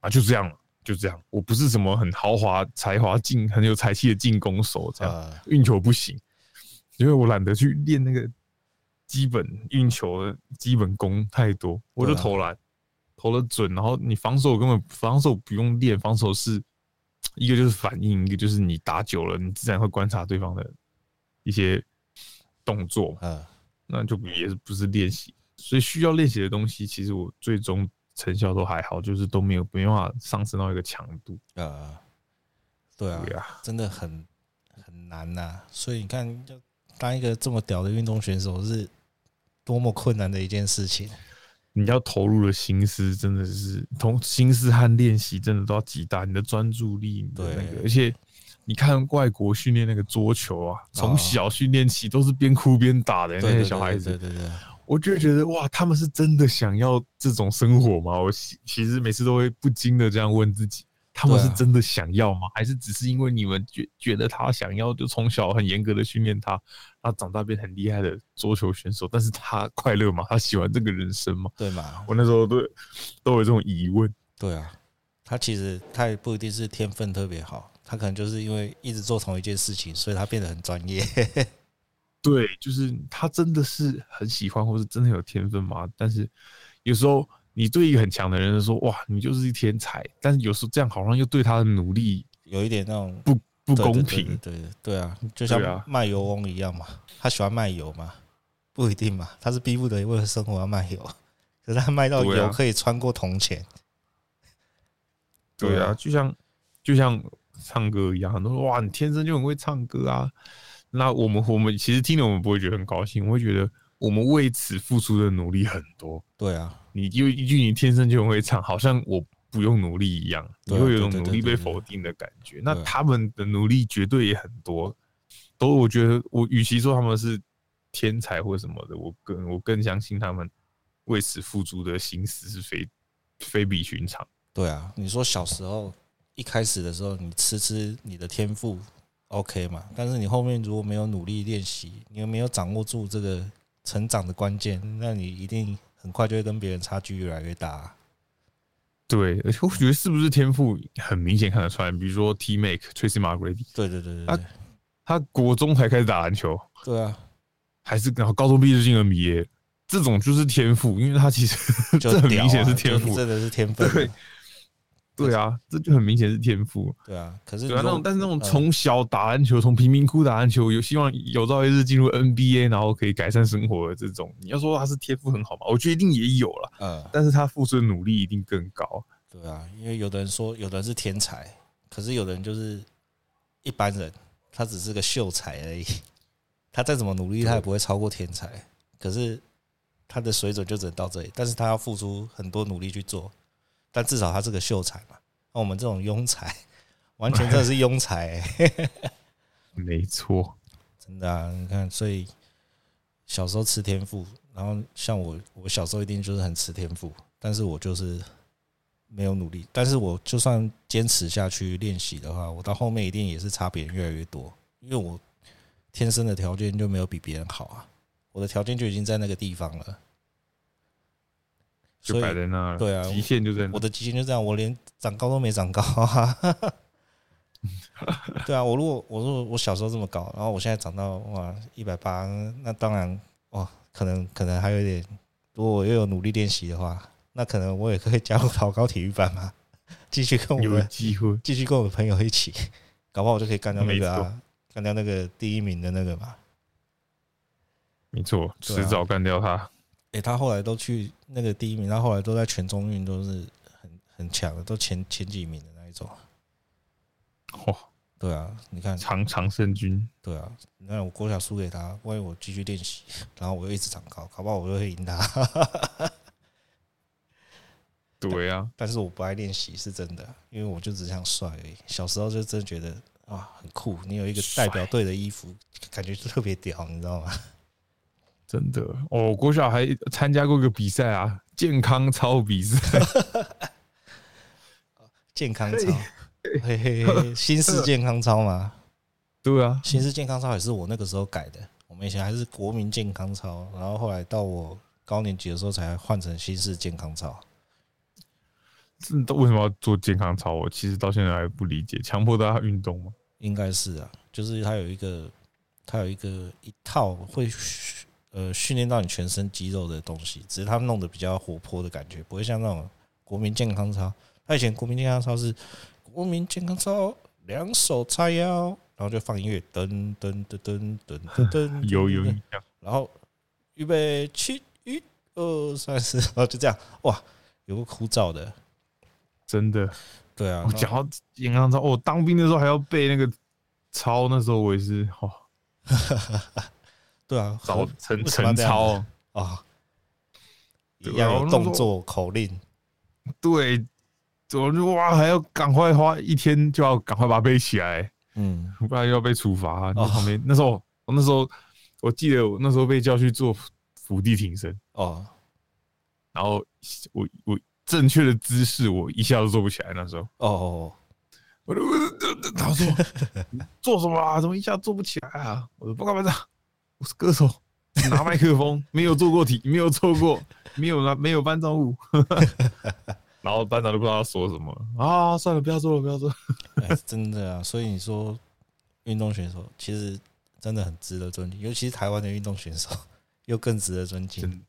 S2: 啊，就这样了，就这样。我不是什么很豪华、才华进很有才气的进攻手，这样
S1: 呃，
S2: 运球不行，因为我懒得去练那个基本运球的基本功太多，我就
S1: 对啊
S2: 投篮，投的准，然后你防守根本防守不用练，防守是一个就是反应，一个就是你打久了，你自然会观察对方的一些动作嘛，
S1: 呃，
S2: 那就不也是不是练习，所以需要练习的东西，其实我最终成效都还好，就是都没有没办法上升到一个强度。
S1: 呃，对啊
S2: 对，啊，
S1: 真的很很难呐、所以你看，要当一个这么屌的运动选手是多么困难的一件事情。
S2: 你要投入的心思真的是同心思和练习真的都要极大，你的专注力，你的那个，
S1: 对
S2: 而且你看外国训练那个桌球啊，
S1: 啊
S2: 从小训练起都是边哭边打的那
S1: 对
S2: 些
S1: 对
S2: 小孩
S1: 对对
S2: 子，
S1: 对对，
S2: 我就觉得哇，他们是真的想要这种生活吗？我其其实每次都会不禁的这样问自己。他们
S1: 对
S2: 是
S1: 啊
S2: 真的想要吗？还是只是因为你们觉觉得他想要，就从小很严格的训练他，他长大变很厉害的桌球选手？但是他快乐吗？他喜欢这个人生吗？
S1: 对嘛？
S2: 我那时候都都有这种疑问。
S1: 对啊，他其实他也不一定是天分特别好，他可能就是因为一直做同一件事情，所以他变得很专业。
S2: 对，就是他真的是很喜欢，或是真的有天分吗？但是有时候你对一个很强的人说：“哇，你就是一天才。”但是有时候这样好像又对他的努力
S1: 有一点那种
S2: 不不
S1: 对对
S2: 公
S1: 对
S2: 平。
S1: 对对对啊，就像
S2: 对啊
S1: 卖油翁一样嘛，他喜欢卖油嘛，不一定嘛，他是逼不得已为了生活要卖油， 可是他卖到
S2: 对啊
S1: 油可以穿过铜钱，
S2: 对
S1: 对
S2: 啊，
S1: 啊
S2: 就像就像唱歌一样，很多人说哇，你天生就很会唱歌啊。那我们我们其实听了我们不会觉得很高兴，我会觉得我们为此付出的努力很多。
S1: 对啊，
S2: 你就一句你天生就很会唱，好像我不用努力一样，你
S1: 对啊
S2: 会有一种
S1: 对对
S2: 努
S1: 对
S2: 力
S1: 对对
S2: 被否定的感觉。那
S1: 对啊
S2: 他们的努力绝对也很多，都我觉得我与其说他们是天才或什么的，我更我更相信他们为此付出的心思是非非比寻常。
S1: 对啊，你说小时候一开始的时候，你吃吃你的天赋 OK 嘛？但是你后面如果没有努力练习，你又没有掌握住这个成长的关键，那你一定很快就会跟别人差距越来越大啊、
S2: 对，而且我觉得是不是天赋很明显看得出来，比如说 T Make Tracy McGrady，
S1: 对对对对对，
S2: 啊他国中才开始打篮球，
S1: 对啊，
S2: 还是然后高中毕业就进 NBA，这种就是天赋，因为他其实
S1: 就
S2: 这很
S1: 屌
S2: 明显
S1: 啊
S2: 是
S1: 就
S2: 天赋，
S1: 真的是天分啊、
S2: 对对啊，这就很明显是天赋，
S1: 对啊。可是
S2: 对啊，那
S1: 如果
S2: 种但是那种
S1: 嗯
S2: 从小打篮球，从贫民窟打篮球，有希望有朝一日进入 NBA，然后可以改善生活的这种，你要说他是天赋很好嘛，我觉得一定也有了，
S1: 嗯，
S2: 但是他付出的努力一定更高，
S1: 对啊，因为有的人说有的人是天才，可是有的人就是一般人，他只是个秀才而已。他再怎么努力，他也不会超过天才。可是他的水准就只能到这里，但是他要付出很多努力去做。但至少他是个秀才嘛。那我们这种庸才，完全真的是庸才、欸。
S2: 没错。
S1: 真的啊，你看，所以小时候吃天赋，然后像我，我小时候一定就是很吃天赋，但是我就是没有努力，但是我就算坚持下去练习的话，我到后面一定也是差别人越来越多，因为我天生的条件就没有比别人好啊，我的条件就已经在那个地方了，
S2: 就
S1: 所
S2: 摆
S1: 以
S2: 在那了，
S1: 对啊
S2: 极限就在那
S1: 我。的极限就这样，我连长高都没长高啊。 对啊，我如果我如果我小时候这么高，然后我现在长到哇一百八，那当然哇，可能可能还有一点，如果我又有努力练习的话，那可能我也可以加入桃高体育班嘛，继续跟我
S2: 有
S1: 们
S2: 机会，
S1: 继续跟我的朋友一起，搞不好我就可以干掉那个
S2: 没
S1: 啊，干掉那个第一名的那个嘛。
S2: 没错，
S1: 对啊
S2: 迟早干掉他。
S1: 诶、他后来都去那个第一名，他后来都在全中运都是很很强的，都前前几名的那一种。
S2: 哇，
S1: 对啊，你看
S2: 常常胜军，
S1: 对啊，你看我国小输给他，万一我继续练习，然后我又一直长高，搞不好我又会赢他。
S2: 对啊，
S1: 但是我不爱练习是真的，因为我就只想帅而已。小时候就真的觉得啊很酷，你有一个代表队的衣服，感觉就特别屌，你知道吗？
S2: 真的。哦，国小还参加过一个比赛啊，健康操比赛，
S1: 健康操，嘿嘿嘿，新式健康操嘛，
S2: 对啊，
S1: 新式健康操也是我那个时候改的。我们以前还是国民健康操，然后后来到我高年级的时候才换成新式健康操。
S2: 这都为什么要做健康操？我其实到现在还不理解，强迫大家运动吗？
S1: 应该是啊，就是它有一个，它有一个一套会训呃训练到你全身肌肉的东西，只是它弄得比较活泼的感觉，不会像那种国民健康操。它以前国民健康操是国民健康操，两手叉腰，然后就放音乐，噔噔噔噔噔噔噔，
S2: 有有
S1: 噔噔
S2: 印象，
S1: 然后预备呃起，一二三四，然后哦就这样，哇，有个枯燥的，
S2: 真的。
S1: 对啊
S2: 我，讲到健康操，我、哦、当兵的时候还要背那个操，那时候我也是哦，
S1: 对啊，
S2: 早晨
S1: 为什么要
S2: 晨
S1: 这样
S2: 操，
S1: 啊，
S2: 对啊
S1: 要
S2: 我
S1: 有
S2: 那时
S1: 动
S2: 候
S1: 作口令，
S2: 对，我就哇还要赶快花一天就要赶快把它背起来。
S1: 嗯，
S2: 不然又要被处罚、你在旁边那时候，我那时候我记得我那时候被叫去做伏地挺身，
S1: 哦，
S2: 然后我我正确的姿势我一下都做不起来。那时候
S1: 哦哦，
S2: 我就他说你做什么啊？怎么一下做不起来啊？我说报告班长，我是歌手，拿麦克风，没有做过题，没有做过，没有拿没有班 障物。然后班长都不知道他说什么了啊，算了，不要做了，不要做了。
S1: 哎，真的啊，所以你说运动选手其实真的很值得尊敬，尤其是台湾的运动选手又更值得尊
S2: 真
S1: 敬。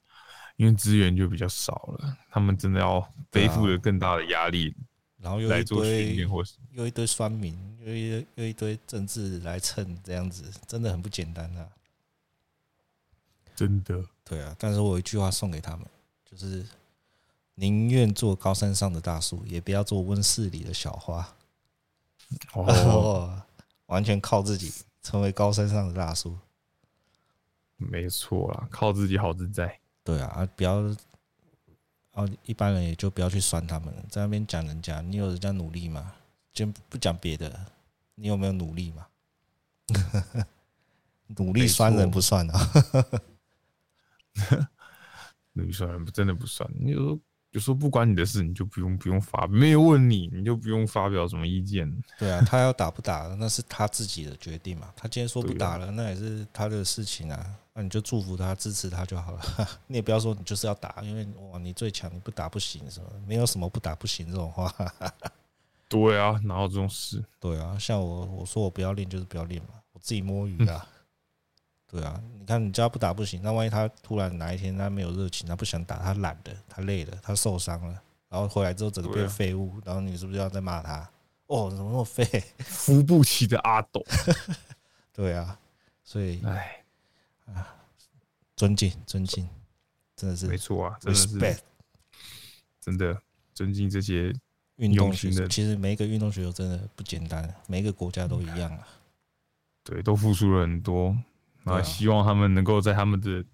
S2: 因为资源就比较少了，他们真的要背负了更大的压力
S1: 然后又
S2: 来
S1: 啊一
S2: 做训
S1: 堆
S2: 练，或是
S1: 又一堆酸民，又一又一堆政治来蹭，这样子真的很不简单啊。
S2: 真的
S1: 对啊，但是我有一句话送给他们，就是宁愿做高山上的大树，也不要做温室里的小花。
S2: 哦，
S1: 哦， 完全靠自己成为高山上的大叔。
S2: 没错啦，靠自己好自在。
S1: 对啊，啊不要啊，哦，一般人也就不要去酸他们了，在那边讲人家，你有人家努力吗？先不讲别的，你有没有努力嘛？ 努力酸人不算啊，
S2: 那不算，真的不算。你就说有时候不关你的事，你就不用不用发，没有问你，你就不用发表什么意见。
S1: 对 啊，他要打不打那是他自己的决定嘛。他今天说不
S2: 对啊
S1: 打了，那也是他的事情啊。那你就祝福他，支持他就好了。 你也不要说你就是要打，因为哇你最强，你不打不行什么的，没有什么不打不行这种话。
S2: 对啊，哪有这种事？
S1: 对啊，像我我说我不要练就是不要练嘛，我自己摸鱼 啊。对啊，你看你叫他不打不行，那万一他突然哪一天他没有热情，他不想打，他懒了，他累了，他受伤了，然后回来之后整个
S2: 对啊
S1: 变废物，然后你是不是要再骂他？哦，怎么那么废？
S2: 扶不起的阿斗，
S1: 对啊，所以
S2: 哎，
S1: 尊敬尊敬，真的
S2: 没
S1: 是
S2: 错啊，真的是
S1: respect
S2: 真的尊敬这些
S1: 运动
S2: 用
S1: 选
S2: 心
S1: 手。
S2: 的
S1: 其实每一个运动选手真的不简单，每一个国家都一样啊。
S2: 对，都付出了很多，
S1: 对
S2: 然
S1: 啊
S2: 后希望他们能够在他们的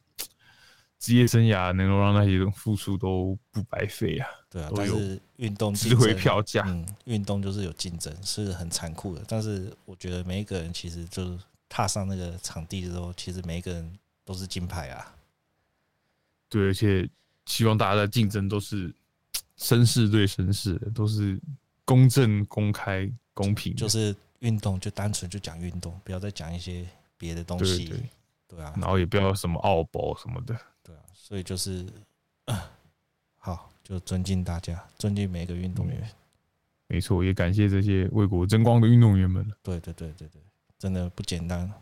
S2: 职业生涯能够让那些付出都不白费啊，
S1: 对啊，
S2: 都
S1: 但
S2: 有
S1: 是运动
S2: 值
S1: 竞
S2: 回
S1: 争
S2: 票价。
S1: 嗯，运动就是有竞争，是很残酷的。但是我觉得每一个人其实就是踏上那个场地之后，其实每一个人都是金牌啊。
S2: 嗯对，而且希望大家的竞争都是绅士对绅士的，都是公正、公开、公平的，
S1: 就是运动就单纯就讲运动，不要再讲一些别的东
S2: 对
S1: 西。
S2: 对对，
S1: 对啊，
S2: 然后也不要什么傲博什么的。
S1: 对啊，所以就是、 啊好，就尊敬大家，尊敬每一个运动员。
S2: 没错，也感谢这些为国争光的运动员们了，
S1: 对对对对对，真的不简单。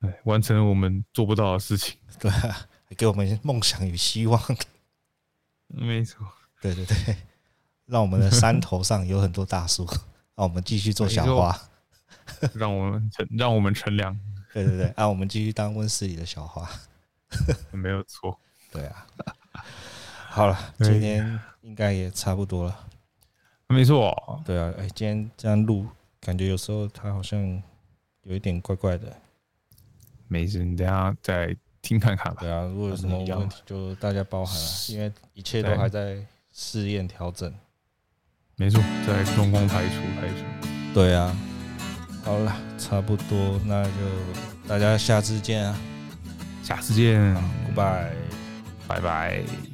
S2: 哎，完成了我们做不到的事情。
S1: 对啊，还给我们梦想与希望。
S2: 没错，
S1: 对对对，让我们的山头上有很多大树，让我们继续做小
S2: 没错
S1: 花。
S2: 让我们乘，让我们乘凉，
S1: 对对对，啊，我们继续当温室里的小花。
S2: 没有错。
S1: 对啊，好
S2: 哎
S1: 了，今天应该也差不多了。
S2: 没错，
S1: 对啊，哎，今天这样录，感觉有时候它好像有一点怪怪的。
S2: 没事，你等一下再听看看吧。
S1: 对啊，如果有什么
S2: 一样
S1: 问题，就大家包涵了，因为一切都
S2: 对
S1: 还在试验调整。
S2: 没错，再空空排除排除。
S1: 对啊，好了，差不多，那就大家下次见啊
S2: 下次见，
S1: ，Goodbye。
S2: 拜拜。